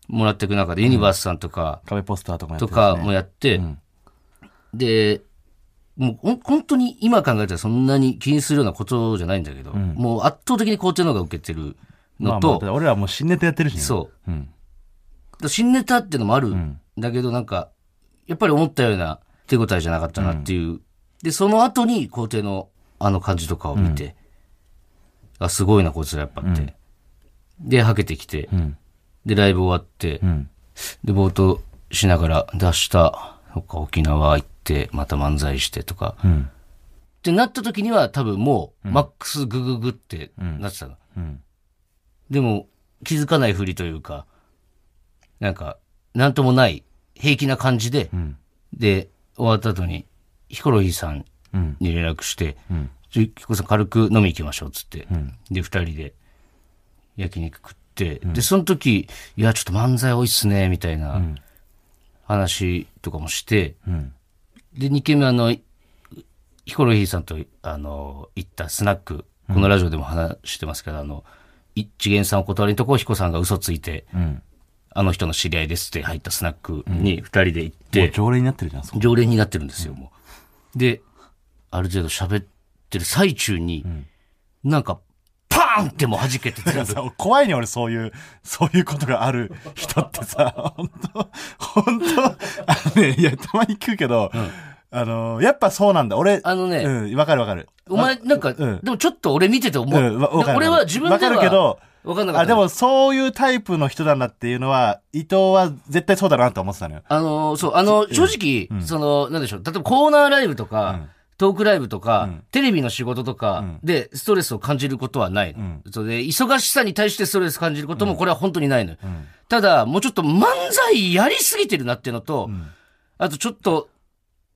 Speaker 1: もらっていく中で、ユニバースさんとか、
Speaker 2: 壁ポスターとかもやって
Speaker 1: と
Speaker 2: るしね
Speaker 1: かもやって、で、もうほん本当に今考えたらそんなに気にするようなことじゃないんだけど、もう圧倒的に肯定の方が受けてるの
Speaker 2: まあまあ
Speaker 1: と
Speaker 2: た、だ俺らもう新ネタやってるしね。
Speaker 1: そう。
Speaker 2: うん
Speaker 1: だ新ネタっていうのもあるんだけど、なんか、やっぱり思ったような手応えじゃなかったなっていう。で、その後に皇帝のあの感じとかを見て、あ、すごいな、こいつらやっぱって。で、はけてきて、で、ライブ終わって、
Speaker 2: ん
Speaker 1: で、冒頭しながら、出した、そっか、沖縄行って、また漫才してとか、っ
Speaker 2: ん
Speaker 1: てなった時には多分もう、マックスグググってなってたの。
Speaker 2: うん。
Speaker 1: でも、気づかないふりというか、なんか、なんともない、平気な感じで、
Speaker 2: ん
Speaker 1: で、終わった後に、ヒコロヒーさん
Speaker 2: うん。
Speaker 1: に連絡して、
Speaker 2: うん
Speaker 1: ちょヒコさん軽く飲み行きましょう、つって。で、二人で、焼肉食って、で、その時、いや、ちょっと漫才多いっすね、みたいな、話とかもして、
Speaker 2: うん。
Speaker 1: で、2軒目、あの、ヒコロヒーさんと、あの、行ったスナック、このラジオでも話してますけど、あの、一元さんお断りのとこ、ヒコさんが嘘ついて、
Speaker 2: うん。
Speaker 1: あの人の知り合いですって入ったスナックに2人で行っ
Speaker 2: もう
Speaker 1: て、
Speaker 2: 条例になってるじゃん、そこ。
Speaker 1: 常連になってるんですよ、もう。で、ある程度喋ってる最中に、なんか、パーンってもう弾けて全
Speaker 2: *laughs*
Speaker 1: 部。
Speaker 2: さ怖いね、俺、そういう、そういうことがある人ってさ、本当本当あのね、いや、たまに聞くけど、あの、やっぱそうなんだ。俺、
Speaker 1: あのね
Speaker 2: うん、わかるわかる。
Speaker 1: お前、なんか、
Speaker 2: うん
Speaker 1: でもちょっと俺見てて思う。
Speaker 2: うんわわかる
Speaker 1: 俺は自分では。
Speaker 2: わかるけど
Speaker 1: わかんなかった。
Speaker 2: あ、でも、そういうタイプの人なんだっていうのは、伊藤は絶対そうだなと思ってたのよ。
Speaker 1: あのーそう、あの、正直、その、なんでしょう、例えばコーナーライブとか、トークライブとか、テレビの仕事とかでストレスを感じることはないの、それで、忙しさに対してストレス感じることもこれは本当にないのよ、ただ、もうちょっと漫才やりすぎてるなっていうのと、あとちょっと、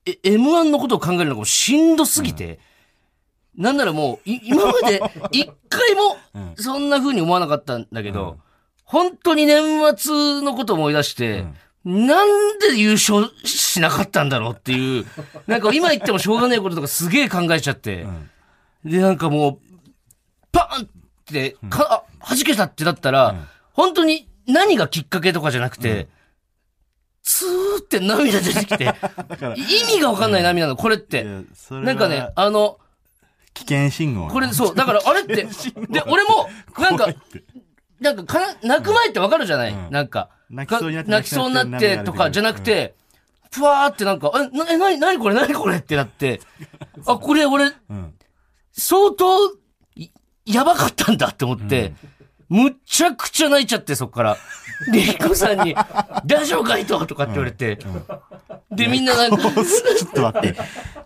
Speaker 1: え M1 のことを考えるのがしんどすぎて、なんならもう、い今ま *laughs* で一回も、そんな風に思わなかったんだけど、本当に年末のことを思い出して、なんで優勝しなかったんだろうっていう、なんか今言ってもしょうがないこととかすげえ考えちゃって、で、なんかもう、パーンって、か、あ、弾けたってなったら、本当に何がきっかけとかじゃなくて、ツーって涙出てき
Speaker 2: *laughs*
Speaker 1: て、意味がわかんない涙なの、これって
Speaker 2: いや。それは
Speaker 1: なんかね、あの、
Speaker 2: 危険信号。
Speaker 1: これ、そう、だからあれって、
Speaker 2: *laughs*
Speaker 1: で、俺も、なんか、なんかかな、泣く前ってわかるじゃない、なんか。
Speaker 2: 泣きそうになって
Speaker 1: 泣きそうになってとかじゃなくて、ふわーってなんか、え、な、え、なに、なにこれ、なにこれってな *laughs* って、あ、これ俺、
Speaker 2: ん
Speaker 1: 相当い、やばかったんだって思って、むっちゃくちゃ泣いちゃって、そっから。で、ヒコさんに、 *laughs* 大丈夫かいととかって言われて、で、みんななんか、
Speaker 2: *laughs* ちょっと待って。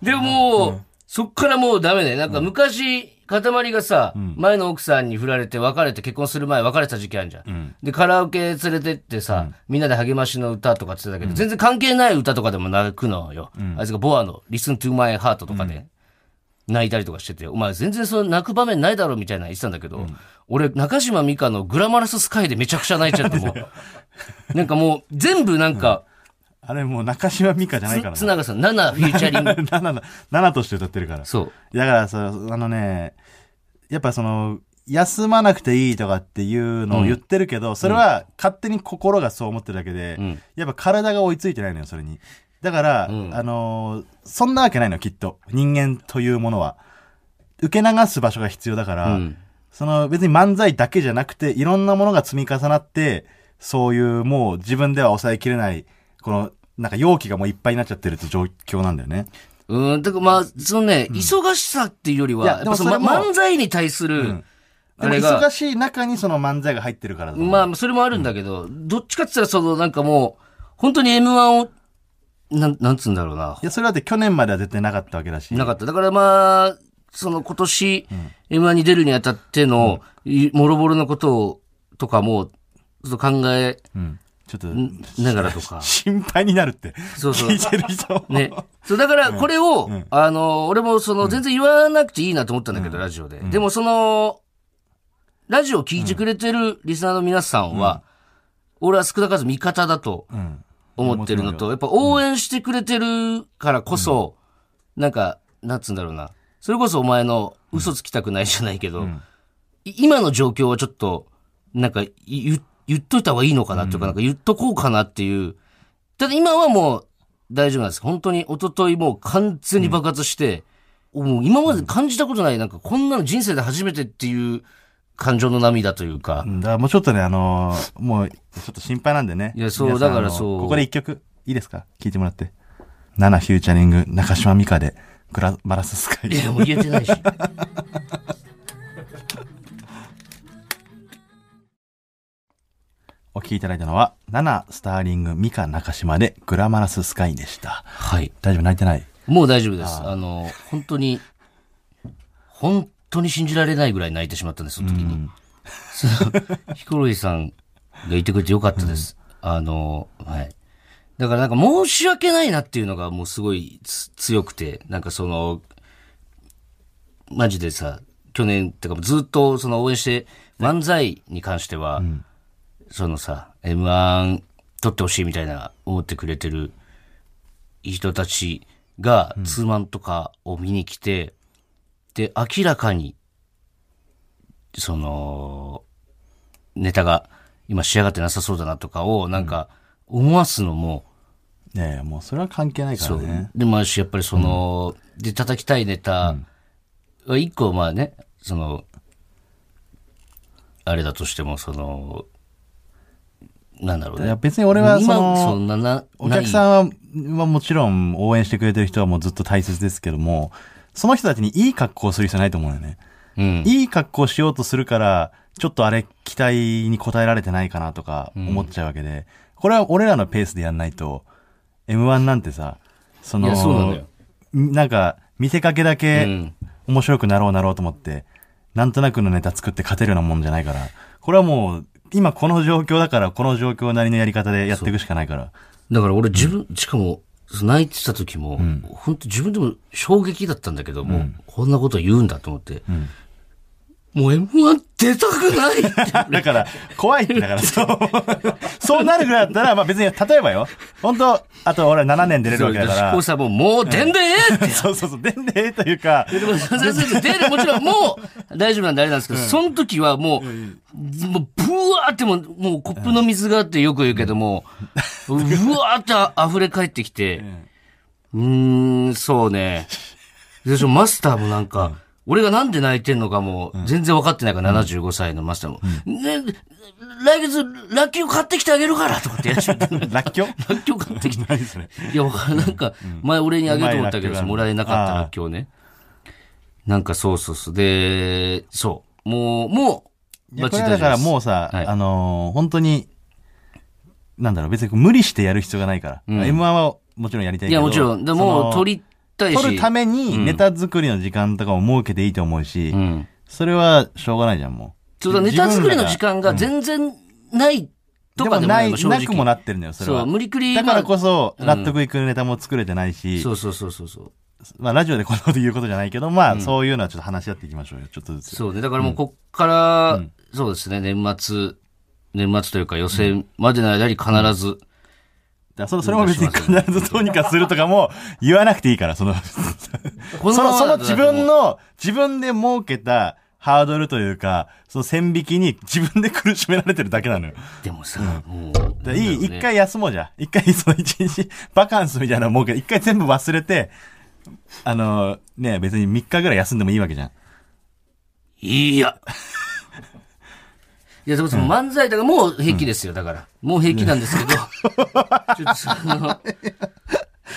Speaker 1: で、もう、そっからもうダメだよ。なんか昔、塊がさ、前の奥さんに振られて別れて、結婚する前別れた時期あるじゃん。で、カラオケ連れてってさ、みんなで励ましの歌とかって言ってたけど、全然関係ない歌とかでも泣くのよ。あいつがボアの Listen to My Heart とかで泣いたりとかしてて、お前全然その泣く場面ないだろみたいなの言ってたんだけど、俺、中島美嘉のグラマラススカイでめちゃくちゃ泣いちゃっても *laughs* う、なんかもう全部なんか、
Speaker 2: あれもう中島美嘉じゃないから
Speaker 1: つ、
Speaker 2: な。
Speaker 1: ながさん、7フィーチャ
Speaker 2: *laughs*
Speaker 1: リン *laughs* グ。
Speaker 2: 7だ、7として歌ってるから。
Speaker 1: そう。
Speaker 2: だからさ、あのね、やっぱその、休まなくていいとかっていうのを言ってるけど、それは勝手に心がそう思ってるだけで、
Speaker 1: ん
Speaker 2: やっぱ体が追いついてないのよ、それに。だから、あのーそんなわけないの、きっと。人間というものは。受け流す場所が必要だから、
Speaker 1: うん
Speaker 2: その別に漫才だけじゃなくて、いろんなものが積み重なって、そういうもう自分では抑えきれない、この、なんか容器がもういっぱいになっちゃってるって状況なんだよね。
Speaker 1: うん、だからまあ、そのね、忙しさっていうよりは、
Speaker 2: い
Speaker 1: や
Speaker 2: や
Speaker 1: っぱその
Speaker 2: でもそれも
Speaker 1: 漫才に対する、あ
Speaker 2: でも
Speaker 1: れが
Speaker 2: 忙、しい中にその漫才が入ってるからだと思う
Speaker 1: まあ、それもあるんだけど、どっちかって言ったら、その、なんかもう、本当に M1 を、なん、なんつうんだろうな、
Speaker 2: いや、それだって去年までは絶対なかったわけだし。
Speaker 1: なかった。だからまあ、その今年、M1 に出るにあたっての、いもろもろのことを、とかも、ちょっと考え
Speaker 2: うん。ちょっと、。
Speaker 1: ながらとか
Speaker 2: *laughs* 心配になるって。
Speaker 1: そうそう
Speaker 2: 聞いてる人。
Speaker 1: ね。 *laughs* そう、だから、これを、あの、俺も、その、全然言わなくていいなと思ったんだけど、ラジオで。でも、その、ラジオを聞いてくれてるリスナーの皆さんは、俺は少なからず味方だと
Speaker 2: うん。
Speaker 1: 思ってるのと、やっぱ応援してくれてるからこそ、なんか、なんつうんだろうな。それこそお前の嘘つきたくないじゃないけど、い今の状況はちょっと、なんか、い言言っといた方がいいのかなっていうか、なんか言っとこうかなっていう。ただ今はもう大丈夫なんです。本当に一昨日もう完全に爆発して、もう今まで感じたことない、なんかこんなの人生で初めてっていう感情の涙というか。
Speaker 2: だからもうちょっとね、あのーもう、ちょっと心配なんでね。
Speaker 1: いやそう
Speaker 2: 皆さん
Speaker 1: だから
Speaker 2: あの
Speaker 1: そう
Speaker 2: ここで一曲、いいですか聞いてもらって。7フューチャリング、中島美嘉で、グラマラススカイ
Speaker 1: い。や、もう言えて *laughs* ないし。
Speaker 2: お聴きいただいたのは、7スターリング美嘉中島で、グラマラススカイでした。
Speaker 1: はい。
Speaker 2: 大丈夫泣いてない
Speaker 1: もう大丈夫です。あの、本当に、本当に信じられないぐらい泣いてしまったんです、その時に。その *laughs* ヒコロヒーさんがいてくれてよかったです。あの、はい。だからなんか申し訳ないなっていうのがもうすごいつ強くて、なんかその、マジでさ、去年ってかずっとその応援して、漫才に関しては、そのさ、M1 取ってほしいみたいな思ってくれてる人たちがツーマンとかを見に来て、で、明らかに、その、ネタが今仕上がってなさそうだなとかをなんか思わすのも、
Speaker 2: いやいや、もうそれは関係ないからね。
Speaker 1: でもあるし、やっぱりその、で、叩きたいネタは一個、まあね、その、あれだとしても、その、なんだろう
Speaker 2: いや
Speaker 1: ね。
Speaker 2: 別に俺はそ
Speaker 1: 今、
Speaker 2: の
Speaker 1: そ、んなな、
Speaker 2: お客
Speaker 1: ん。
Speaker 2: さんははもちろん応援してくれてる人はもうずっと大切ですけども、その人たちにいい格好をする必要ないと思うよね。
Speaker 1: うん。
Speaker 2: いい格好をしようとするから、ちょっとあれ期待に応えられてないかなとか思っちゃうわけで、これは俺らのペースでやんないと、M1 なんてさ、そ
Speaker 1: い
Speaker 2: の、
Speaker 1: やそうなんだよ
Speaker 2: なんか見せかけだ
Speaker 1: う
Speaker 2: け
Speaker 1: ん
Speaker 2: 面白くなろうなろうと思って、なんとなくのネタ作って勝てるようなもんじゃないから、これはもう、今この状況だから、この状況なりのやり方でやっていくしかないから。
Speaker 1: だから俺自分、しかも、その泣いてた時も、本当自分でも衝撃だったんだけども、こんなこと言うんだと思って、もう M1 出たくないって
Speaker 2: *laughs* だから、怖いんだから、そう。 *laughs* そうなるぐらいだったら、まあ別に、例えばよ。本当あと俺は7年出れるわけだか
Speaker 1: そう
Speaker 2: ら *laughs*
Speaker 1: こ。さ、もう、もう出んでええって。
Speaker 2: そうそうそう、でんでええというか、
Speaker 1: でも、先生、出る、もちろん、もう、大丈夫なんであれなんですけど、その時はもう、もう、ブわーっても、もうコップの水があってよく言うけども、うわーって溢れ返ってきて、うーん、そうね。でしょ、マスターもなんか、俺がなんで泣いてんのかも、全然分かってないから、75歳のマスターも。ね、来月、ラッキーを買ってきてあげるからとかってやっちゃ *laughs* って。
Speaker 2: らっきょう
Speaker 1: ラッキョウ買ってきて。
Speaker 2: 何
Speaker 1: *laughs*
Speaker 2: それ。
Speaker 1: いや、わかんないなんか、前俺にあげると思ったけ
Speaker 2: うまいラッキョウ
Speaker 1: ど、
Speaker 2: が
Speaker 1: もらえなかった
Speaker 2: ああ
Speaker 1: らっきょうね。なんかそうそうそう。で、そう。もう、も、
Speaker 2: いうやこれはだからもうさ、
Speaker 1: はい
Speaker 2: あのー本当に、なんだろう、別に無理してやる必要がないから。
Speaker 1: ん
Speaker 2: M1 はもちろんやりたい
Speaker 1: い
Speaker 2: けど。
Speaker 1: や、もちろん。でも、
Speaker 2: 取
Speaker 1: 取りたいし。
Speaker 2: 取るためにネタ作りの時間とかを設けていいと思うし、
Speaker 1: うん。
Speaker 2: それはしょうがないじゃん、もう。
Speaker 1: そうだ、ネタ作りの時間が全然ないとかでも
Speaker 2: な
Speaker 1: ない
Speaker 2: い、
Speaker 1: もん正直。
Speaker 2: なくもなってるのよ、それ
Speaker 1: そ
Speaker 2: は
Speaker 1: う、。無理くり。
Speaker 2: だからこ
Speaker 1: そ。
Speaker 2: そ、納得いくネタも作れてないし、
Speaker 1: そうそうそうそうそう。
Speaker 2: まあ、ラジオでこんなこと言うことじゃないけど、まあ、そういうのはちょっと話し合っていきましょうよ、ちょっとずつ。
Speaker 1: そうね。だからもうこっから、そうですね、年末、年末というか予選までの間に必ず、
Speaker 2: だそそれも別に必ずどうにかするとかも言わなくていいから、その、
Speaker 1: *laughs* こ
Speaker 2: そ
Speaker 1: ま
Speaker 2: の、
Speaker 1: ま
Speaker 2: その
Speaker 1: だと
Speaker 2: 自分の、自分で設けたハードルというか、その線引きに自分で苦しめられてるだけなのよ。
Speaker 1: でもさ、もう。
Speaker 2: だいい、
Speaker 1: なんだろうね
Speaker 2: 一。回休もうじゃ。一回、その一日、バカンスみたいなの設けて、一回全部忘れて、あの、ね、別に3日ぐらい休んでもいいわけじゃん。
Speaker 1: いや。 *laughs* いや、でもその漫才だからもう平気ですよ、だから。もう平気なんですけど。 *laughs* ちょっとその、とにか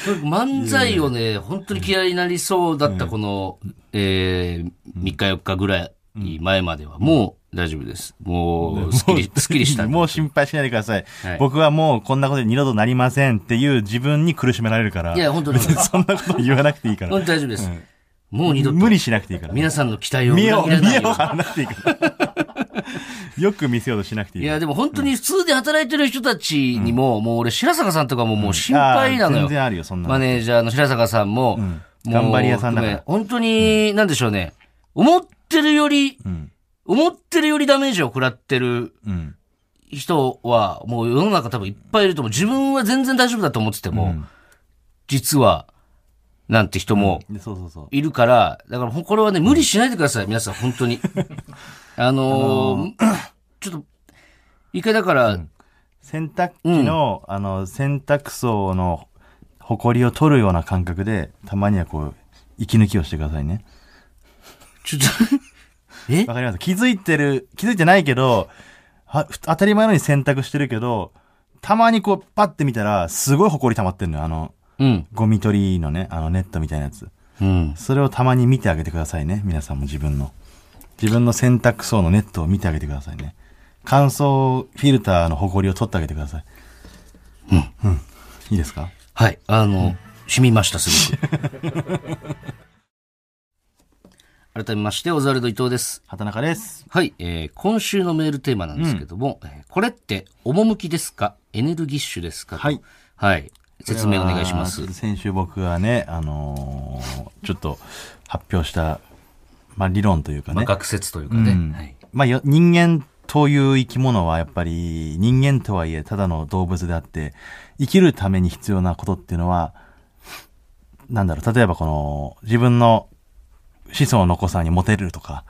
Speaker 1: く漫才をね、本当に嫌いになりそうだったこの、えー、3日4日ぐらい前までは、もう大丈夫です。もう、すっき *laughs* り、すっきりした。
Speaker 2: もう心配しないでください,、
Speaker 1: はい
Speaker 2: 僕はもうこんなことに二度となりませんっていう自分に苦しめられるから。
Speaker 1: いや本当に
Speaker 2: 別にそんなこと言わなくていいから
Speaker 1: 本。当に大丈夫です。もう二度と、
Speaker 2: 無理しなくていいから。
Speaker 1: 皆さんの期待を
Speaker 2: 見
Speaker 1: 裏
Speaker 2: よう、
Speaker 1: 切ら
Speaker 2: 見
Speaker 1: ないよう
Speaker 2: よう
Speaker 1: に。
Speaker 2: 張らなくていいから。よく見せようとしなくていい
Speaker 1: い
Speaker 2: から。
Speaker 1: や、でも本当に普通で働いてる人たちにも、もう俺、白坂さんとかももう心配なの
Speaker 2: あ
Speaker 1: よ。
Speaker 2: ー全然あるよ、そんなの。
Speaker 1: マネージャーの白坂さんも、もう
Speaker 2: 頑張り屋さんだから
Speaker 1: 含め本当に、なんでしょうね。思ってるより、
Speaker 2: ん
Speaker 1: 思ってるよりダメージを食らってる
Speaker 2: うん。
Speaker 1: 人は、もう世の中多分いっぱいいると思う。自分は全然大丈夫だと思ってても、実は、なんて人も
Speaker 2: でそうそうそう。
Speaker 1: いるから、だからほこれはね、無理しないでください、皆さん、本当
Speaker 2: *laughs*
Speaker 1: に。あのーちょっと、一回だから、
Speaker 2: 洗濯機の、あの、洗濯槽の埃を取るような感覚で、たまにはこう、息抜きをしてくださいね。
Speaker 1: ちょっと *laughs* え
Speaker 2: *laughs* わかります気づいてる、気づいてないけど、はふ当たり前のように洗濯してるけど、たまにこう、パッて見たら、すごい埃溜まってるのよ。あの、
Speaker 1: うん。
Speaker 2: ゴミ取りのね、あのネットみたいなやつ。
Speaker 1: うん。
Speaker 2: それをたまに見てあげてくださいね。皆さんも自分の。自分の洗濯槽のネットを見てあげてくださいね。乾燥フィルターの埃を取ってあげてください。うん。いいですか
Speaker 1: はい、あの、染みました、すご
Speaker 2: *laughs*
Speaker 1: く。改めまして、オザルド伊藤です。
Speaker 2: 畑中です。
Speaker 1: はい、えー今週のメールテーマなんですけども、えーこれって、趣ですかエネルギッシュですかと
Speaker 2: はい。
Speaker 1: はい。説明お願いしま
Speaker 2: こ
Speaker 1: す
Speaker 2: れは。先週僕はね、あのーちょっと発表した、まあ理論というか
Speaker 1: まあ、
Speaker 2: ね。
Speaker 1: 学説というか
Speaker 2: う
Speaker 1: ね。
Speaker 2: ん
Speaker 1: はい。
Speaker 2: まあよ人間という生き物はやっぱり人間とはいえただの動物であって、生きるために必要なことっていうのは、なんだろう、例えばこの自分の子孫の子さんにモテるとか、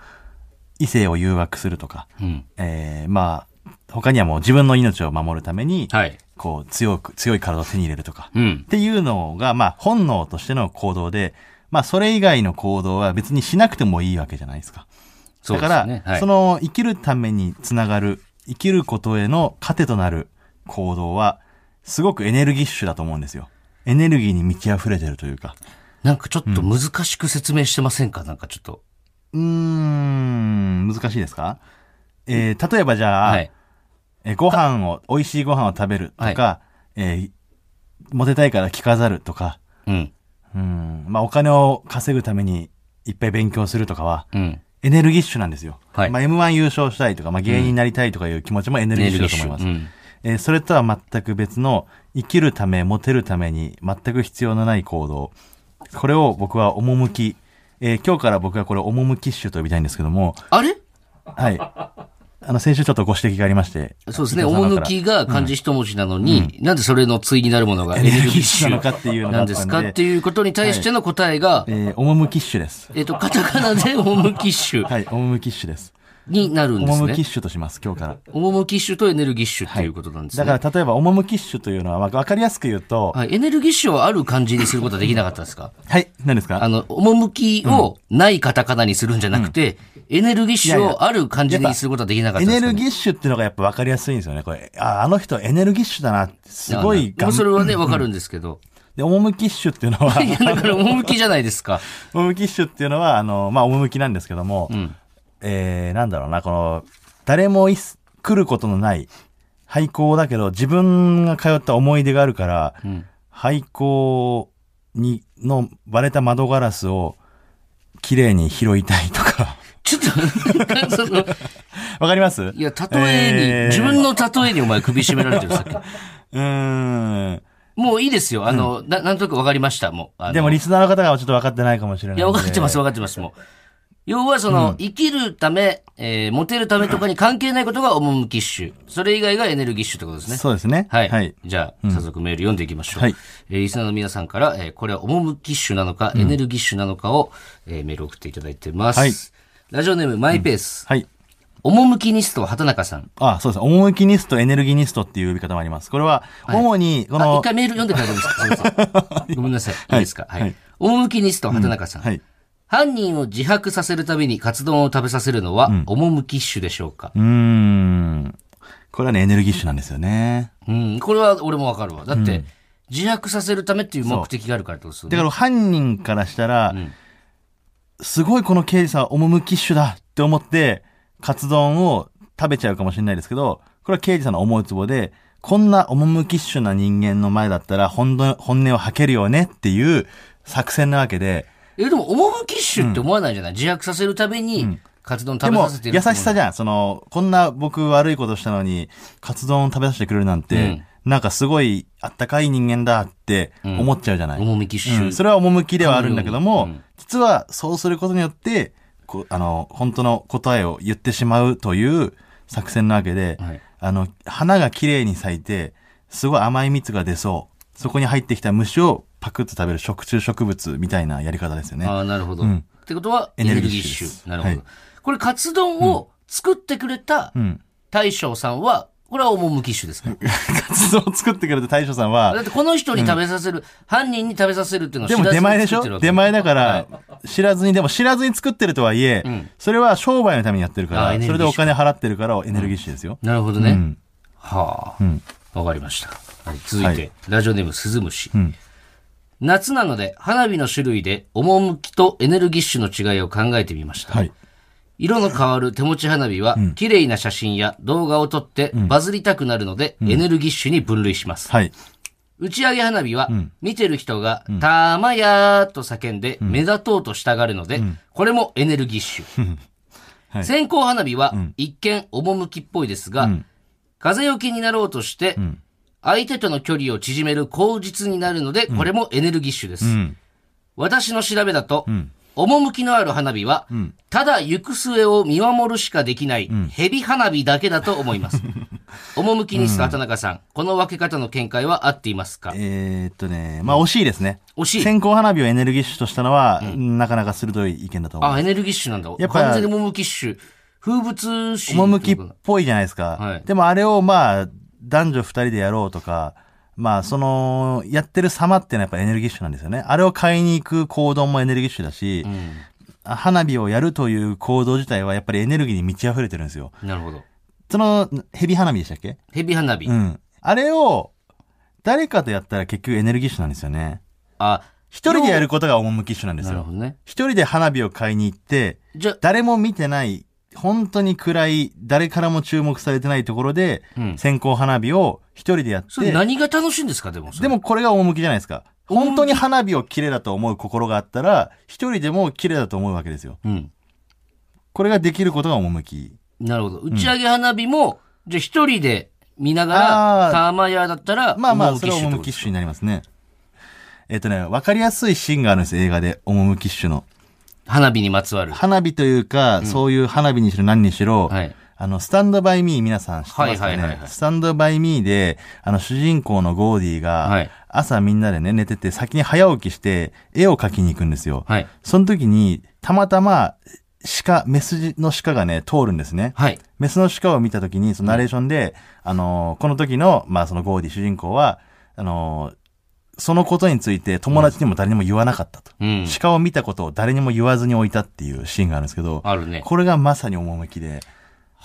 Speaker 2: 異性を誘惑するとか、
Speaker 1: うん。
Speaker 2: えーまあ、他にはもう自分の命を守るために、
Speaker 1: はい。
Speaker 2: こう強く、強い体を手に入れるとか、
Speaker 1: うん
Speaker 2: っ。ていうのが、まあ本能としての行動で、まあそれ以外の行動は別にしなくてもいいわけじゃないですか。
Speaker 1: そうで
Speaker 2: だ
Speaker 1: す
Speaker 2: から、
Speaker 1: ね。はい
Speaker 2: そ。の生きるためにつながる、生きることへの糧となる行動は、すごくエネルギッシュだと思うんですよ。エネルギーに満ち溢れてるというか。
Speaker 1: なんかちょっと難しく説明してませんかなんかちょっと。
Speaker 2: うーん、難しいですかえー例えばじゃあ、
Speaker 1: はい。
Speaker 2: えーご飯を、美味しいご飯を食べるとか、えーモテたいから着飾るとか、
Speaker 1: うん。
Speaker 2: うん、まあお金を稼ぐためにいっぱい勉強するとかは、
Speaker 1: うん。
Speaker 2: エネルギッシュなんですよ。
Speaker 1: はい
Speaker 2: まあ M1 優勝したいとか、まあ芸人になりたいとかいう気持ちもエネルギッシュだと思います。
Speaker 1: エネルギッシュ
Speaker 2: えーそれとは全く別の生きるため、モテるために全く必要のない行動。これを僕は趣。えー今日から僕はこれ趣ッシュと呼びたいんですけども、
Speaker 1: うんあれ
Speaker 2: はい。あの、先週ちょっとご指摘がありまして。
Speaker 1: そうですね。
Speaker 2: 伊藤さん
Speaker 1: おも
Speaker 2: の方
Speaker 1: ぬ
Speaker 2: から
Speaker 1: きが漢字一文字なのに、なんでそれの対になるものがエ
Speaker 2: エ
Speaker 1: ネ
Speaker 2: ネ
Speaker 1: ル
Speaker 2: ル
Speaker 1: ギ
Speaker 2: ギ
Speaker 1: ッ
Speaker 2: ッ
Speaker 1: シ
Speaker 2: シュなの
Speaker 1: ュ
Speaker 2: かっていうのがあ
Speaker 1: なん
Speaker 2: ったんで。
Speaker 1: ですかっていうことに対しての答えが、
Speaker 2: えー、オモムキッシュです。
Speaker 1: えっと、カタカナでオムキッシュ。
Speaker 2: はい、オモムキッシュです。
Speaker 1: になるんです
Speaker 2: 趣キッ
Speaker 1: ね。
Speaker 2: シュとします、今日から。
Speaker 1: 趣ッシュとエネルギッシュっていうことなんですね。
Speaker 2: だから、例えば、趣キッシュというのは、わわかりやすく言うと、
Speaker 1: はい、エネルギッシュをある感じにすることはできなかったですか
Speaker 2: はい、何ですか
Speaker 1: あの、趣をないカタカナにするんじゃなくて、エネルギッシュをある感じにすることはできなかっ
Speaker 2: エ
Speaker 1: たで
Speaker 2: ネ
Speaker 1: すか、
Speaker 2: ル
Speaker 1: ね、
Speaker 2: ギッシュっていうのがやっぱ分かりやすいんですよね、これ。あ、あの人エネルギッシュだなって、すごい
Speaker 1: あ
Speaker 2: 頑
Speaker 1: のそ
Speaker 2: 張
Speaker 1: れはね、わかるんですけど。
Speaker 2: で、趣キッシュっていうの
Speaker 1: *laughs*
Speaker 2: は、
Speaker 1: いや、だから、趣じゃないですか。
Speaker 2: 趣キッシュっていうのは、あの、まあ、趣なんですけども、えー、なんだろうな、この、誰もいす来ることのない、廃校だけど、自分が通った思い出があるから、廃校に、の割れた窓ガラスを、綺麗に拾いたいとか。 *laughs*
Speaker 1: ちょっと、 *laughs* なんかその、
Speaker 2: わかります
Speaker 1: いや、例えに、
Speaker 2: えー
Speaker 1: 自分の例えにお前首絞められてるさっき。
Speaker 2: うーん。
Speaker 1: もういいですよ。あの、ななんとなくわかりました、もう。あの
Speaker 2: でも、リスナーの方がちょっと分かってないかもしれない
Speaker 1: い
Speaker 2: んで。
Speaker 1: や、分かってます、分かってます、もう。要は、その、生きるため、えー、モテるためとかに関係ないことが趣ッシュ。それ以外がエネルギッシュってことですね。
Speaker 2: そうですね。
Speaker 1: はい。
Speaker 2: はい。
Speaker 1: じゃあ、早速メール読んでいきましょう。
Speaker 2: はい
Speaker 1: えーリスナーの皆さんから、えーこれは趣ッシュなのか、エネルギッシュなのかを、えーメール送っていただいてます。
Speaker 2: はい
Speaker 1: ラジオネーム、マイペース。
Speaker 2: はい。
Speaker 1: 趣ニスト、畑中さん。
Speaker 2: あ、そうです。思いきニスト、エネルギニストっていう呼び方もあります。これは、主に、こ
Speaker 1: あ、
Speaker 2: の、
Speaker 1: 一回メール読んでくれるんですかすい
Speaker 2: *laughs*
Speaker 1: ませんごめんなさい。いいですかは
Speaker 2: はいい。
Speaker 1: 趣ニスト、畑中さん。
Speaker 2: はい。
Speaker 1: 犯人を自白させるためにカツ丼を食べさせるのは、趣ッシュでしょうか
Speaker 2: うーん。これはね、エネルギッシュなんですよね。
Speaker 1: うん、これは俺もわかるわ。だって、自白させるためっていう目的があるからってことですよ
Speaker 2: だ
Speaker 1: ね。
Speaker 2: から犯人からしたら、すごいこの刑事さんは趣キッシュだって思って、カツ丼を食べちゃうかもしれないですけど、これは刑事さんの思うツボで、こんな趣キッシュな人間の前だったら本当、本音を吐けるよねっていう作戦なわけで、
Speaker 1: え、でも、趣ッシュって思わないじゃない、自白させるために、カツ丼食べさせてる
Speaker 2: でも優しさじ
Speaker 1: ゃ
Speaker 2: ゃん。その、こんな僕悪いことしたのに、カツ丼食べさせてくれるなんて、なんかすごいあったかい人間だって思っちゃうじゃない。
Speaker 1: 趣ッシュ。
Speaker 2: うんそれは趣ではあるんだけども、実はそうすることによって、こうあの、本当の答えを言ってしまうという作戦なわけで、
Speaker 1: はい
Speaker 2: あの、花が綺麗に咲いて、すごい甘い蜜が出そう。そこに入ってきた虫をパクッと食べる食虫植物みたいなやり方ですよね。
Speaker 1: ああ、なるほど。
Speaker 2: うん
Speaker 1: ってことは、エ
Speaker 2: エ
Speaker 1: ネ
Speaker 2: ネ
Speaker 1: ル
Speaker 2: ル
Speaker 1: ギッ
Speaker 2: ギッ
Speaker 1: シ
Speaker 2: シュ
Speaker 1: ュ。
Speaker 2: です
Speaker 1: なるほど。
Speaker 2: はい
Speaker 1: これ、カツ丼を作ってくれた
Speaker 2: うん。 *laughs*
Speaker 1: 大将さんは、これは趣ッシュですか
Speaker 2: カツ丼を作ってくれた大将さんは
Speaker 1: だっ、て、この人に食べさせる、犯人に食べさせるっていうのは
Speaker 2: でも出前でしょ出前だから
Speaker 1: は、
Speaker 2: 知らずに、でも知らずに作ってるとはいえ、それは商売のためにやってるか
Speaker 1: あエ
Speaker 2: ら、
Speaker 1: ネ
Speaker 2: そ
Speaker 1: ルギッシュ
Speaker 2: れでお金払ってるからエネルギッシュですよ。
Speaker 1: いなるほどね。
Speaker 2: うん
Speaker 1: はあ。わかりました。はい、続いて、
Speaker 2: はい
Speaker 1: ラジオネームスズムシ。
Speaker 2: ん
Speaker 1: 夏なので、花火の種類で、趣とエネルギッシュの違いを考えてみました。
Speaker 2: はい。
Speaker 1: 色の変わる手持ち花火は、綺麗な写真や動画を撮って、バズりたくなるので、エネルギッシュに分類します。
Speaker 2: はい。
Speaker 1: 打ち上げ花火は、見てる人が、たまやーと叫んで、目立とうとしたがるので、これもエネルギッシュ。
Speaker 2: はい
Speaker 1: 線香花火は、一見、趣っぽいですが、風よけになろうとして、相手との距離を縮める口実になるので、これもエネルギッシュです。
Speaker 2: ん
Speaker 1: 私の調べだと、趣のある花火は、ただ行く末を見守るしかできない、蛇花火だけだと思い
Speaker 2: *laughs*
Speaker 1: ます。趣にした畑中さん、この分け方の見解は合っていますか
Speaker 2: えーっとね、まあ惜しいですね。
Speaker 1: 惜しい
Speaker 2: 線香花火をエネルギッシュとしたのは、なかなか鋭い意見だと思う。
Speaker 1: あ、エネルギッシュなんだ。
Speaker 2: やっぱ
Speaker 1: 完全に趣ッシュ。風物詩。
Speaker 2: 趣っぽいじゃないですか。
Speaker 1: はい
Speaker 2: でもあれをまあ、男女二人でやろうとか、まあ、その、やってる様っていうのはやっぱエネルギッシュなんですよね。あれを買いに行く行動もエネルギッシュだし、花火をやるという行動自体はやっぱりエネルギーに満ち溢れてるんですよ。
Speaker 1: なるほど。
Speaker 2: その、ヘビ花火でしたっけ
Speaker 1: 蛇花火。
Speaker 2: うん。あれを、誰かとやったら結局エネルギッシュなんですよね。
Speaker 1: あ、
Speaker 2: 一人でやることが趣ッシュなんです
Speaker 1: なる
Speaker 2: よ
Speaker 1: ほ。どね。
Speaker 2: 一人で花火を買いに行って、
Speaker 1: じゃ、
Speaker 2: 誰も見てない、本当に暗い、誰からも注目されてないところで、
Speaker 1: ん
Speaker 2: 線香花火を一人でやっ
Speaker 1: それ
Speaker 2: て、
Speaker 1: 何が楽しいんですかでも、それ
Speaker 2: で、もこれが趣じゃないですか。本当に花火を綺麗だと思う心があったら、一人でも綺麗だと思うわけですよ。
Speaker 1: うん。
Speaker 2: これができることが趣。
Speaker 1: なるほど。打ち上げ花火も、じゃあ一人で見ながら、
Speaker 2: あー
Speaker 1: ターマヤだったら、
Speaker 2: まあまあ、そ
Speaker 1: 趣
Speaker 2: れは
Speaker 1: ってこと
Speaker 2: 趣ッシュになりますね。えっとね、わかりやすいシーンがあるんです、映画で。趣ッシュの。
Speaker 1: 花火にまつわる。
Speaker 2: 花火というか、そういう花火にしろ何にしろ、
Speaker 1: はい
Speaker 2: あの、スタンドバイミー皆さん知ってますか
Speaker 1: はいは
Speaker 2: ね、
Speaker 1: いはいはい
Speaker 2: スタンドバイミーで、あの、主人公のゴーディが、
Speaker 1: はい
Speaker 2: 朝みんなでね、寝てて、先に早起きして、絵を描きに行くんですよ。
Speaker 1: はい。
Speaker 2: その時に、たまたま、鹿、メスの鹿がね、通るんですね。
Speaker 1: はい。
Speaker 2: メスの鹿を見たときに、そのナレーションで、あのーこの時の、まあそのゴーディ主人公は、あのーそのことについて友達にも誰にも言わなかったと。
Speaker 1: うん。
Speaker 2: 鹿を見たことを誰にも言わずに置いたっていうシーンがあるんですけど、
Speaker 1: あるね。
Speaker 2: これがまさに趣で、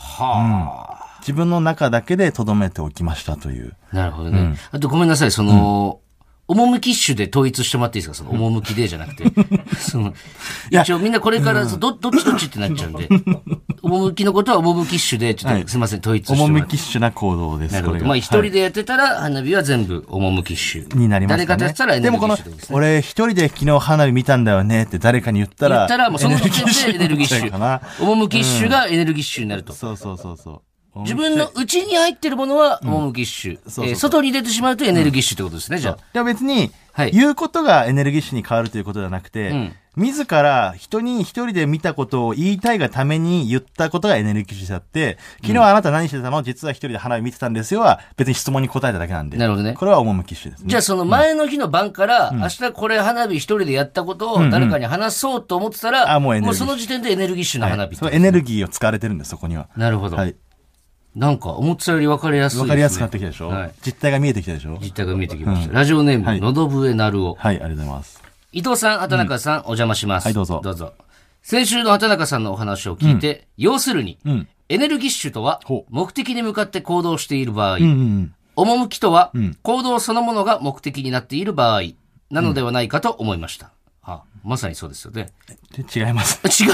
Speaker 1: は
Speaker 2: 自分の中だけで留めておきましたという。
Speaker 1: あ、なるほどね、あとごめんなさい、その、趣っ種で統一してもらっていいですかその、趣でじゃなくて。その、一応みんなこれから、ど、どっちどっちってなっちゃ *laughs* うんで。趣のことは趣っ種で、ちょっとすいません、統一してもらって。
Speaker 2: 趣きっな行動です、
Speaker 1: なる
Speaker 2: こ
Speaker 1: ほ
Speaker 2: れ
Speaker 1: ど。
Speaker 2: が。
Speaker 1: まあ一
Speaker 2: はい
Speaker 1: 人でやってたら、花火は全部趣っ種。
Speaker 2: になります
Speaker 1: 誰か
Speaker 2: かね。
Speaker 1: とやってたらエネ
Speaker 2: で
Speaker 1: ルギ
Speaker 2: もこ
Speaker 1: ッ
Speaker 2: の
Speaker 1: シュです、ね。
Speaker 2: 俺一人で昨日花火見たんだよねって誰かに言ったら、
Speaker 1: 言ったら、もうその時点でエネルギッシ
Speaker 2: エネルギッシュになっちゃうか
Speaker 1: ュ
Speaker 2: な。
Speaker 1: 趣っ種がエネルギッシュになると。
Speaker 2: そうそうそうそう。
Speaker 1: 自分の内に入ってるものは趣っ種。
Speaker 2: そうそうそう
Speaker 1: えー外に出てしまうとエネルギッシュってことですね、じゃあ。
Speaker 2: いや別に
Speaker 1: はい、
Speaker 2: 言うことがエネルギッシュに変わるということではなくて、
Speaker 1: ん
Speaker 2: 自ら人に一人で見たことを言いたいがために言ったことがエネルギッシュだって、昨日あなた何してたの実は一人で花火見てたんですよは別に質問に答えただけなんで。
Speaker 1: なるほどね
Speaker 2: これは趣ッシュですね。
Speaker 1: じゃあその前の日の晩から、明日これ花火一人でやったことを誰かに話そうと思ってたら、
Speaker 2: あもうエネルギッシ
Speaker 1: そ
Speaker 2: ュ
Speaker 1: の時点でエネルギッシュな
Speaker 2: はい
Speaker 1: 花火。
Speaker 2: そうエネルギーを使われてるんです、そこには。
Speaker 1: なるほど。
Speaker 2: はい。
Speaker 1: なんか思ってたより分かりやすいです
Speaker 2: わ
Speaker 1: ね。
Speaker 2: かりやすくなってきたでしょ
Speaker 1: はい
Speaker 2: 実態が見えてきたでしょ
Speaker 1: 実態が見えてきました。ラジオネーム、
Speaker 2: はい
Speaker 1: のどぶえなるお。
Speaker 2: はい、ありがとうございます。
Speaker 1: 伊藤さん、畑中さん、お邪魔します。
Speaker 2: はいどうぞ
Speaker 1: どうぞ。先週の畑中さんのお話を聞いて、要するに、
Speaker 2: ん
Speaker 1: エネルギッシュとは
Speaker 2: ほ、
Speaker 1: 目的に向かって行動している場合、
Speaker 2: うんうん。
Speaker 1: 趣とは、行動そのものが目的になっている場合、なのではないかと思いました。あ、まさにそうですよね。
Speaker 2: で違います。
Speaker 1: 違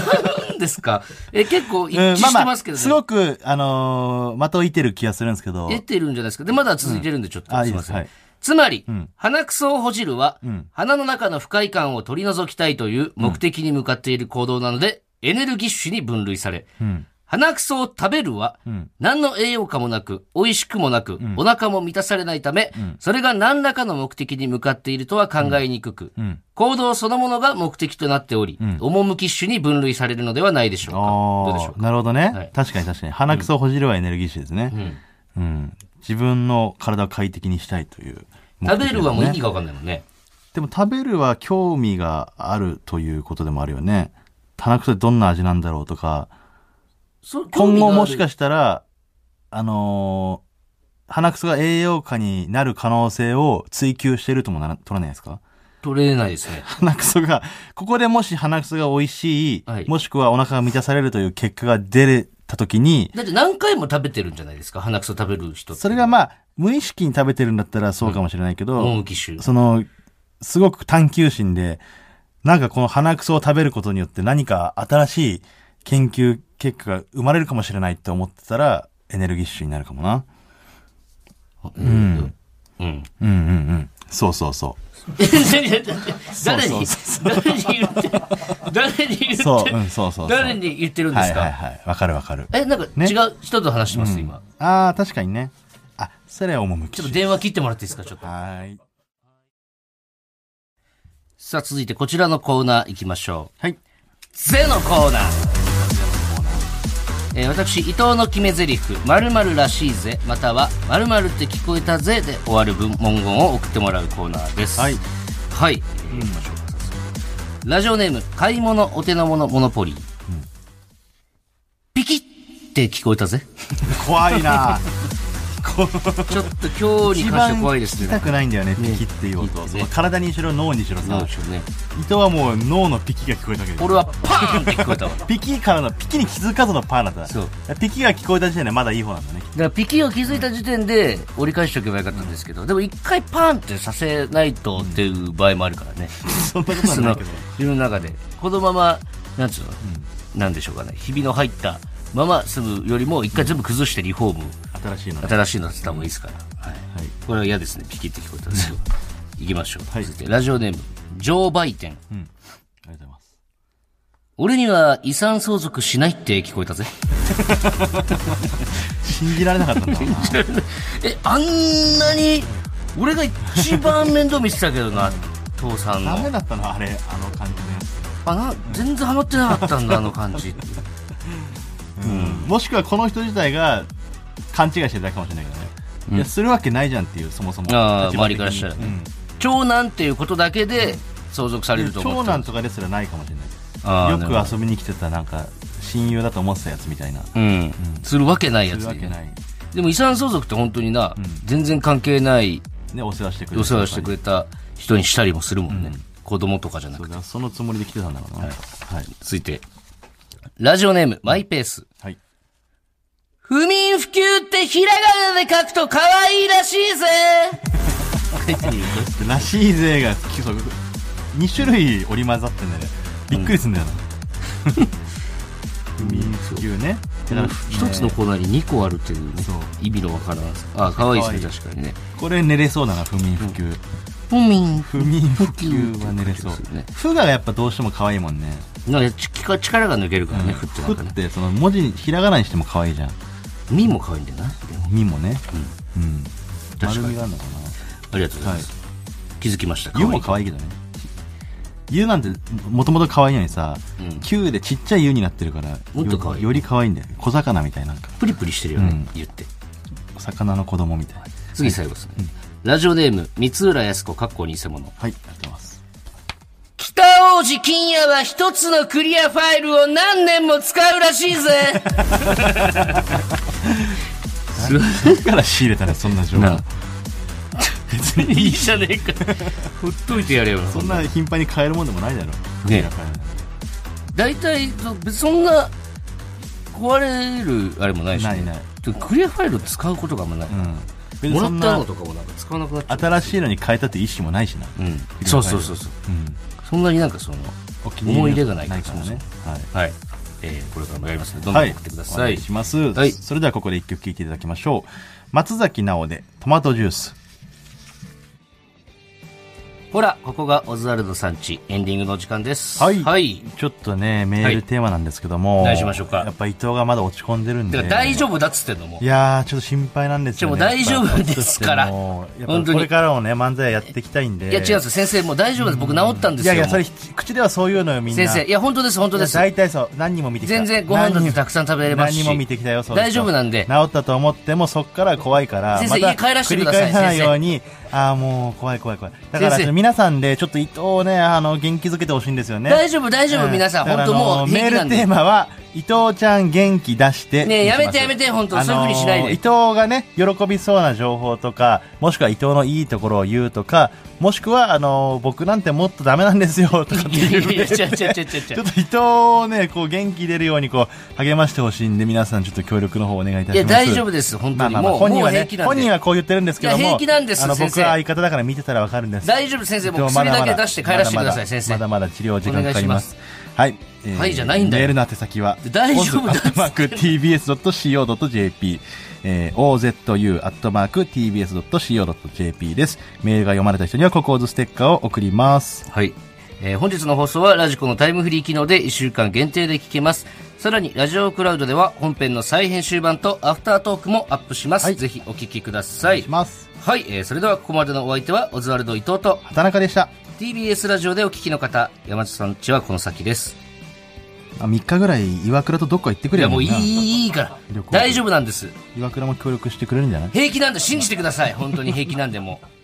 Speaker 1: うんですかえ、結構一致してますけどね。
Speaker 2: すごく、あのー、的を射てる気がするんですけど、
Speaker 1: 出てるんじゃないですか。で、まだ続いてるんで、ちょっと、
Speaker 2: うんあ
Speaker 1: すいません。
Speaker 2: いいです
Speaker 1: つまり、鼻くそをほじるは、鼻の中の不快感を取り除きたいという目的に向かっている行動なので、エネルギッシュに分類され、
Speaker 2: ん
Speaker 1: 鼻くそを食べるは、何の栄養価もなく、美味しくもなく、お腹も満たされないため、それが何らかの目的に向かっているとは考えにくく、
Speaker 2: うん。
Speaker 1: 行動そのものが目的となっており、趣っ種に分類されるのではないでしょうか。どうでしょ
Speaker 2: あ
Speaker 1: う
Speaker 2: あ、
Speaker 1: か。
Speaker 2: なるほどね、
Speaker 1: はい
Speaker 2: 確かに確かに。鼻くそをほじるはエネルギッシュですね。うん。自分の体を快適にしたいという目
Speaker 1: 食べ
Speaker 2: 的ですね、
Speaker 1: るはもう意味がわかんないもんね。
Speaker 2: でも食べるは興味があるということでもあるよね。鼻くそってどんな味なんだろうとか、
Speaker 1: そ
Speaker 2: 今後も
Speaker 1: し
Speaker 2: し
Speaker 1: て
Speaker 2: かしたら、あのー鼻くそが栄養価になる可能性を追求してるともなら取らないですか
Speaker 1: 取れないですね。
Speaker 2: 鼻くそが、ここでもし鼻くそが美味しい、
Speaker 1: はい
Speaker 2: もしくはお腹が満たされるという結果が出れた時に、
Speaker 1: だって何回も食べてるんじゃないですか鼻くそ食べる人って
Speaker 2: それがまあ、無意識に食べてるんだったらそうかもしれないけど、
Speaker 1: 趣臭。
Speaker 2: その、すごく探求心で、なんかこの鼻くそを食べることによって何か新しい研究結果が生まれるかもしれないと思ってたら、エネルギッシュになるかもな。
Speaker 1: うん。うん。
Speaker 2: うんうんうん。そうそう *laughs* そ
Speaker 1: 誰に、誰に言って、誰に言
Speaker 2: う。そ
Speaker 1: っ *laughs*
Speaker 2: う、う
Speaker 1: て、
Speaker 2: ん、そうそうそう。
Speaker 1: 誰に言ってるんで
Speaker 2: はい
Speaker 1: す
Speaker 2: はい
Speaker 1: か
Speaker 2: はい。わかるわかる。
Speaker 1: え、なんか違う人と話してます、今。
Speaker 2: ああ、確かにね。あ、それは趣。
Speaker 1: ちょっと電話切ってもらっていいですかちょっと。
Speaker 2: はい。
Speaker 1: さあ、続いてこちらのコーナー行きましょう。
Speaker 2: はい。
Speaker 1: ゼのコーナー。えー私、伊藤の決め台詞、〇〇らしいぜ、または〇〇って聞こえたぜで終わる文文言を送ってもらうコーナーです。
Speaker 2: はい。
Speaker 1: はい。えー行きましょうか早速ラジオネーム、買い物お手の物モノポリー。ピキって聞こえた
Speaker 2: *laughs*
Speaker 1: ぜ。
Speaker 2: 怖いな
Speaker 1: ちょっと今日に
Speaker 2: *laughs*
Speaker 1: 関し
Speaker 2: 一番
Speaker 1: ては怖い
Speaker 2: 聞
Speaker 1: です
Speaker 2: き
Speaker 1: ね。
Speaker 2: たくないんだよね、
Speaker 1: ね
Speaker 2: ピキっていう音。
Speaker 1: ピキって
Speaker 2: そ
Speaker 1: ね
Speaker 2: の体にしろ、脳にしろ
Speaker 1: なん
Speaker 2: さ
Speaker 1: で。しょうね。
Speaker 2: 糸はもう脳のピキが聞こえたけど。
Speaker 1: 俺はパーンって聞こえたわ。
Speaker 2: ピキからの、ピキに気づかずのパーなんだ。
Speaker 1: そう
Speaker 2: ピキが聞こえた時点でまだいい方なんだね。
Speaker 1: だからピキを気づいた時点で折り返しておけばよかったんですけど、でも一回パーンってさせないとっていう場合もあるからね。
Speaker 2: *laughs* そんなことは
Speaker 1: そ
Speaker 2: な
Speaker 1: の
Speaker 2: いけど。
Speaker 1: 自分の中で。このまま、なんつうの、なんでしょうかね。ひびの入ったまま住むよりも一回全部崩してリフォーム、
Speaker 2: 新しいのね。
Speaker 1: 新しいのつった方がいいですから。はい。
Speaker 2: はい。
Speaker 1: これは嫌ですね。ピキって聞こえたんですよ。行きましょう。
Speaker 2: はい
Speaker 1: 続いて、ラジオネーム、上売店。
Speaker 2: ありがとうござい *laughs* ます。
Speaker 1: 俺には遺産相続しないって聞こえたぜ。
Speaker 2: 信じられなかったんだろうな。
Speaker 1: え、あんなに、俺が一番面倒見てたけどな、父さんの
Speaker 2: ダ。メだったな、あれ、あの感じのやつ。
Speaker 1: あな全然ハマってなかったんだあの感じ
Speaker 2: もしくはこの人自体が勘違いしてたかもしれないけどね。いや、するわけないじゃんっていう、そもそも。
Speaker 1: あー
Speaker 2: 立場
Speaker 1: 周
Speaker 2: 的に
Speaker 1: りからしたらね
Speaker 2: うん
Speaker 1: 長男っていうことだけで相続されると思
Speaker 2: 長
Speaker 1: って
Speaker 2: 男とかですらないかもしれない。
Speaker 1: あー
Speaker 2: よく遊びに来てたなんか親友だと思ってたやつみたいな
Speaker 1: うん。するわけないやつ
Speaker 2: する
Speaker 1: だ
Speaker 2: わ
Speaker 1: よ
Speaker 2: け
Speaker 1: ね
Speaker 2: ない
Speaker 1: でも遺産相続って本当にな、全然関係ない
Speaker 2: ねお世話してくれ
Speaker 1: お世話してく
Speaker 2: れ
Speaker 1: れた人にしたりもするもんね。子供とかじゃなくて。
Speaker 2: そのつもりで来てたんだろうなはい、はい
Speaker 1: 続いて、ラジオネーム、マイペース。不眠不休ってひらがなで書くと可愛いらし *laughs* いぜ
Speaker 2: らしいぜが規則2種類織り交ざってんだよねびっくりすんだよな、不眠不休ねだから
Speaker 1: 一つのコーナーに2個あるっていうね
Speaker 2: そう
Speaker 1: 意味のわからんさ。あ、可愛いですね、
Speaker 2: 可愛い
Speaker 1: 確かにね。
Speaker 2: これ寝れそうだな不眠不休、
Speaker 1: 不眠
Speaker 2: 不眠不休は寝れそう
Speaker 1: そうですね
Speaker 2: 不がやっぱどうしても可愛いもんね
Speaker 1: なんかち力力が抜けるからね、ふってな
Speaker 2: ふ
Speaker 1: んかね
Speaker 2: っ。てその文字にひらがなにしても可愛いじゃん
Speaker 1: みも可愛いんだよな。でも
Speaker 2: みもねうん、
Speaker 1: 確かに
Speaker 2: 丸みがあるのか
Speaker 1: ありがとうございます。気づきました。
Speaker 2: な「ゆ」も可
Speaker 1: 愛い。
Speaker 2: 愛いけどね「ゆ」なんてもともと可愛いのにさ「きゅう」でちっちゃい「ゆ」になってるから
Speaker 1: もっと可愛い
Speaker 2: よより可愛いんだよ小魚みたいなんか
Speaker 1: プリプリしてるよね、
Speaker 2: うん
Speaker 1: 言って。
Speaker 2: お魚の子供みたい
Speaker 1: 次最後ですね。ラジオネーム、三浦康子、かっこ偽物。
Speaker 2: はいやってます
Speaker 1: 北王子金也は一つのクリアファイルを何年も使うらしいぜ
Speaker 2: だから仕入れたねそんな情
Speaker 1: *laughs*
Speaker 2: 報
Speaker 1: な *laughs* 別にいいじゃねえか。 *laughs* ほっといてやれよ。
Speaker 2: そんな頻繁に買えるもんでもないだろ
Speaker 1: ね
Speaker 2: 買える
Speaker 1: 大体、別そんな、壊れるあれもないし、ね。
Speaker 2: ないない
Speaker 1: でもクリアファイル使うことがあんまない。
Speaker 2: うん別に
Speaker 1: もら
Speaker 2: そ
Speaker 1: っ
Speaker 2: ん
Speaker 1: た
Speaker 2: な
Speaker 1: のとかもなんか使わなくなっちゃう。
Speaker 2: 新しいのに変えたって意識もないしな
Speaker 1: うん。そうそうそうそう。
Speaker 2: うん
Speaker 1: そんなになんかその、
Speaker 2: お気に
Speaker 1: 思い
Speaker 2: 入
Speaker 1: 入
Speaker 2: り
Speaker 1: れがない
Speaker 2: ないからねはい
Speaker 1: はい。えー、これからもやりますので、どんど
Speaker 2: は
Speaker 1: ん
Speaker 2: い
Speaker 1: 送ってくだ
Speaker 2: お
Speaker 1: さ
Speaker 2: 願
Speaker 1: い。
Speaker 2: いします、
Speaker 1: はい
Speaker 2: それではここで一曲聴いていただきましょう松崎直でトマトジュース
Speaker 1: ほら、ここがオズワルドさんち、エンディングの時間です。
Speaker 2: はい
Speaker 1: はい。
Speaker 2: ちょっとねメールテーマなんですけども、
Speaker 1: はい何しましょうか
Speaker 2: やっぱ伊藤がまだ落ち込んでるん
Speaker 1: て
Speaker 2: で
Speaker 1: か、大丈夫だっつってんのもう
Speaker 2: い。やーちょっと心配なんですよ、ね、
Speaker 1: でも大丈夫ですから
Speaker 2: やっぱもうやっぱ
Speaker 1: 本当に
Speaker 2: これからもね漫才やっていきたいんで
Speaker 1: いや、違うんですよ。先生、もう大丈夫です。僕治ったんで
Speaker 2: い
Speaker 1: すよ。
Speaker 2: やいやそれ
Speaker 1: も
Speaker 2: 口ではそういうのよみ
Speaker 1: うん
Speaker 2: な
Speaker 1: 先生、いや、本当です、本当
Speaker 2: いや
Speaker 1: です。
Speaker 2: 大体そう何人も見てきた
Speaker 1: 全然ご飯だってたくさん食べれますし
Speaker 2: 何人も見てきたよそう
Speaker 1: 大丈夫なんで
Speaker 2: 治ったと思ってもそっから怖いから
Speaker 1: 先生
Speaker 2: ま
Speaker 1: 家帰らせてください
Speaker 2: 繰り返さないようにああもう怖い怖い怖いだから
Speaker 1: 先生
Speaker 2: 皆さんでちょっと伊藤をねあの元気づけてほしいんですよね
Speaker 1: 大丈夫、大丈夫、皆さん。
Speaker 2: だか
Speaker 1: 本
Speaker 2: ら
Speaker 1: 当も
Speaker 2: あの
Speaker 1: う平気
Speaker 2: メ
Speaker 1: なん
Speaker 2: ール
Speaker 1: で。
Speaker 2: テーマは伊藤ちゃん元気出して
Speaker 1: ねえ
Speaker 2: にし
Speaker 1: やめ
Speaker 2: ます
Speaker 1: てやめて本当そういうふうにしないで
Speaker 2: あのー伊藤がね喜びそうな情報とかもしくは伊藤のいいところを言うとかもしくはあのー僕なんてもっとダメなんですよとかっていう
Speaker 1: *laughs* いやいやいや違う違う違う違う
Speaker 2: ちょっと伊藤をねこう元気出るようにこう励ましてほしいんで皆さんちょっと協力の方お願い
Speaker 1: い
Speaker 2: いたしま
Speaker 1: や、
Speaker 2: す
Speaker 1: 大丈夫です、本当
Speaker 2: まあ
Speaker 1: に。
Speaker 2: まあまあ
Speaker 1: もう、
Speaker 2: 本人
Speaker 1: もう
Speaker 2: は
Speaker 1: 平
Speaker 2: ね
Speaker 1: 気なん
Speaker 2: 本人
Speaker 1: で。
Speaker 2: はこう言ってるんですけども
Speaker 1: いや平気なんです
Speaker 2: あの
Speaker 1: 先
Speaker 2: 僕
Speaker 1: 生
Speaker 2: は相方だから見てたらわかるんです
Speaker 1: 大丈夫先生僕
Speaker 2: まだま
Speaker 1: 薬だ
Speaker 2: だ
Speaker 1: け出して帰らせてください
Speaker 2: まま
Speaker 1: 先生
Speaker 2: まだまだ治療時間かかりますはい、えー
Speaker 1: はいじゃないんだよ
Speaker 2: メールの宛先は
Speaker 1: 大丈夫だっつって
Speaker 2: tbs.co.jp、えー、ozu.tbs.co.jp ですメールが読まれた人にはココーズステッカーを送ります
Speaker 1: はい。えー本日の放送はラジコのタイムフリー機能で1週間限定で聞けます。さらに、ラジオクラウドでは本編の再編集版とアフタートークもアップします。
Speaker 2: はい
Speaker 1: ぜひお聞きください
Speaker 2: し。ます
Speaker 1: はい、えーそれではここまでのお相手は、オズワルド伊藤と、
Speaker 2: 畑中でした
Speaker 1: TBS ラジオでお聞きの方、山下さんちはこの先です。
Speaker 2: あ3日ぐらい岩倉とどっか行ってく
Speaker 1: い
Speaker 2: れ
Speaker 1: や、
Speaker 2: よ
Speaker 1: もうい、
Speaker 2: みんない
Speaker 1: いいから
Speaker 2: 旅行。
Speaker 1: 大丈夫なんです。
Speaker 2: 岩倉も協力してくれるんじゃない
Speaker 1: 平気なんで、信じてください。本当に平気なんで、もう。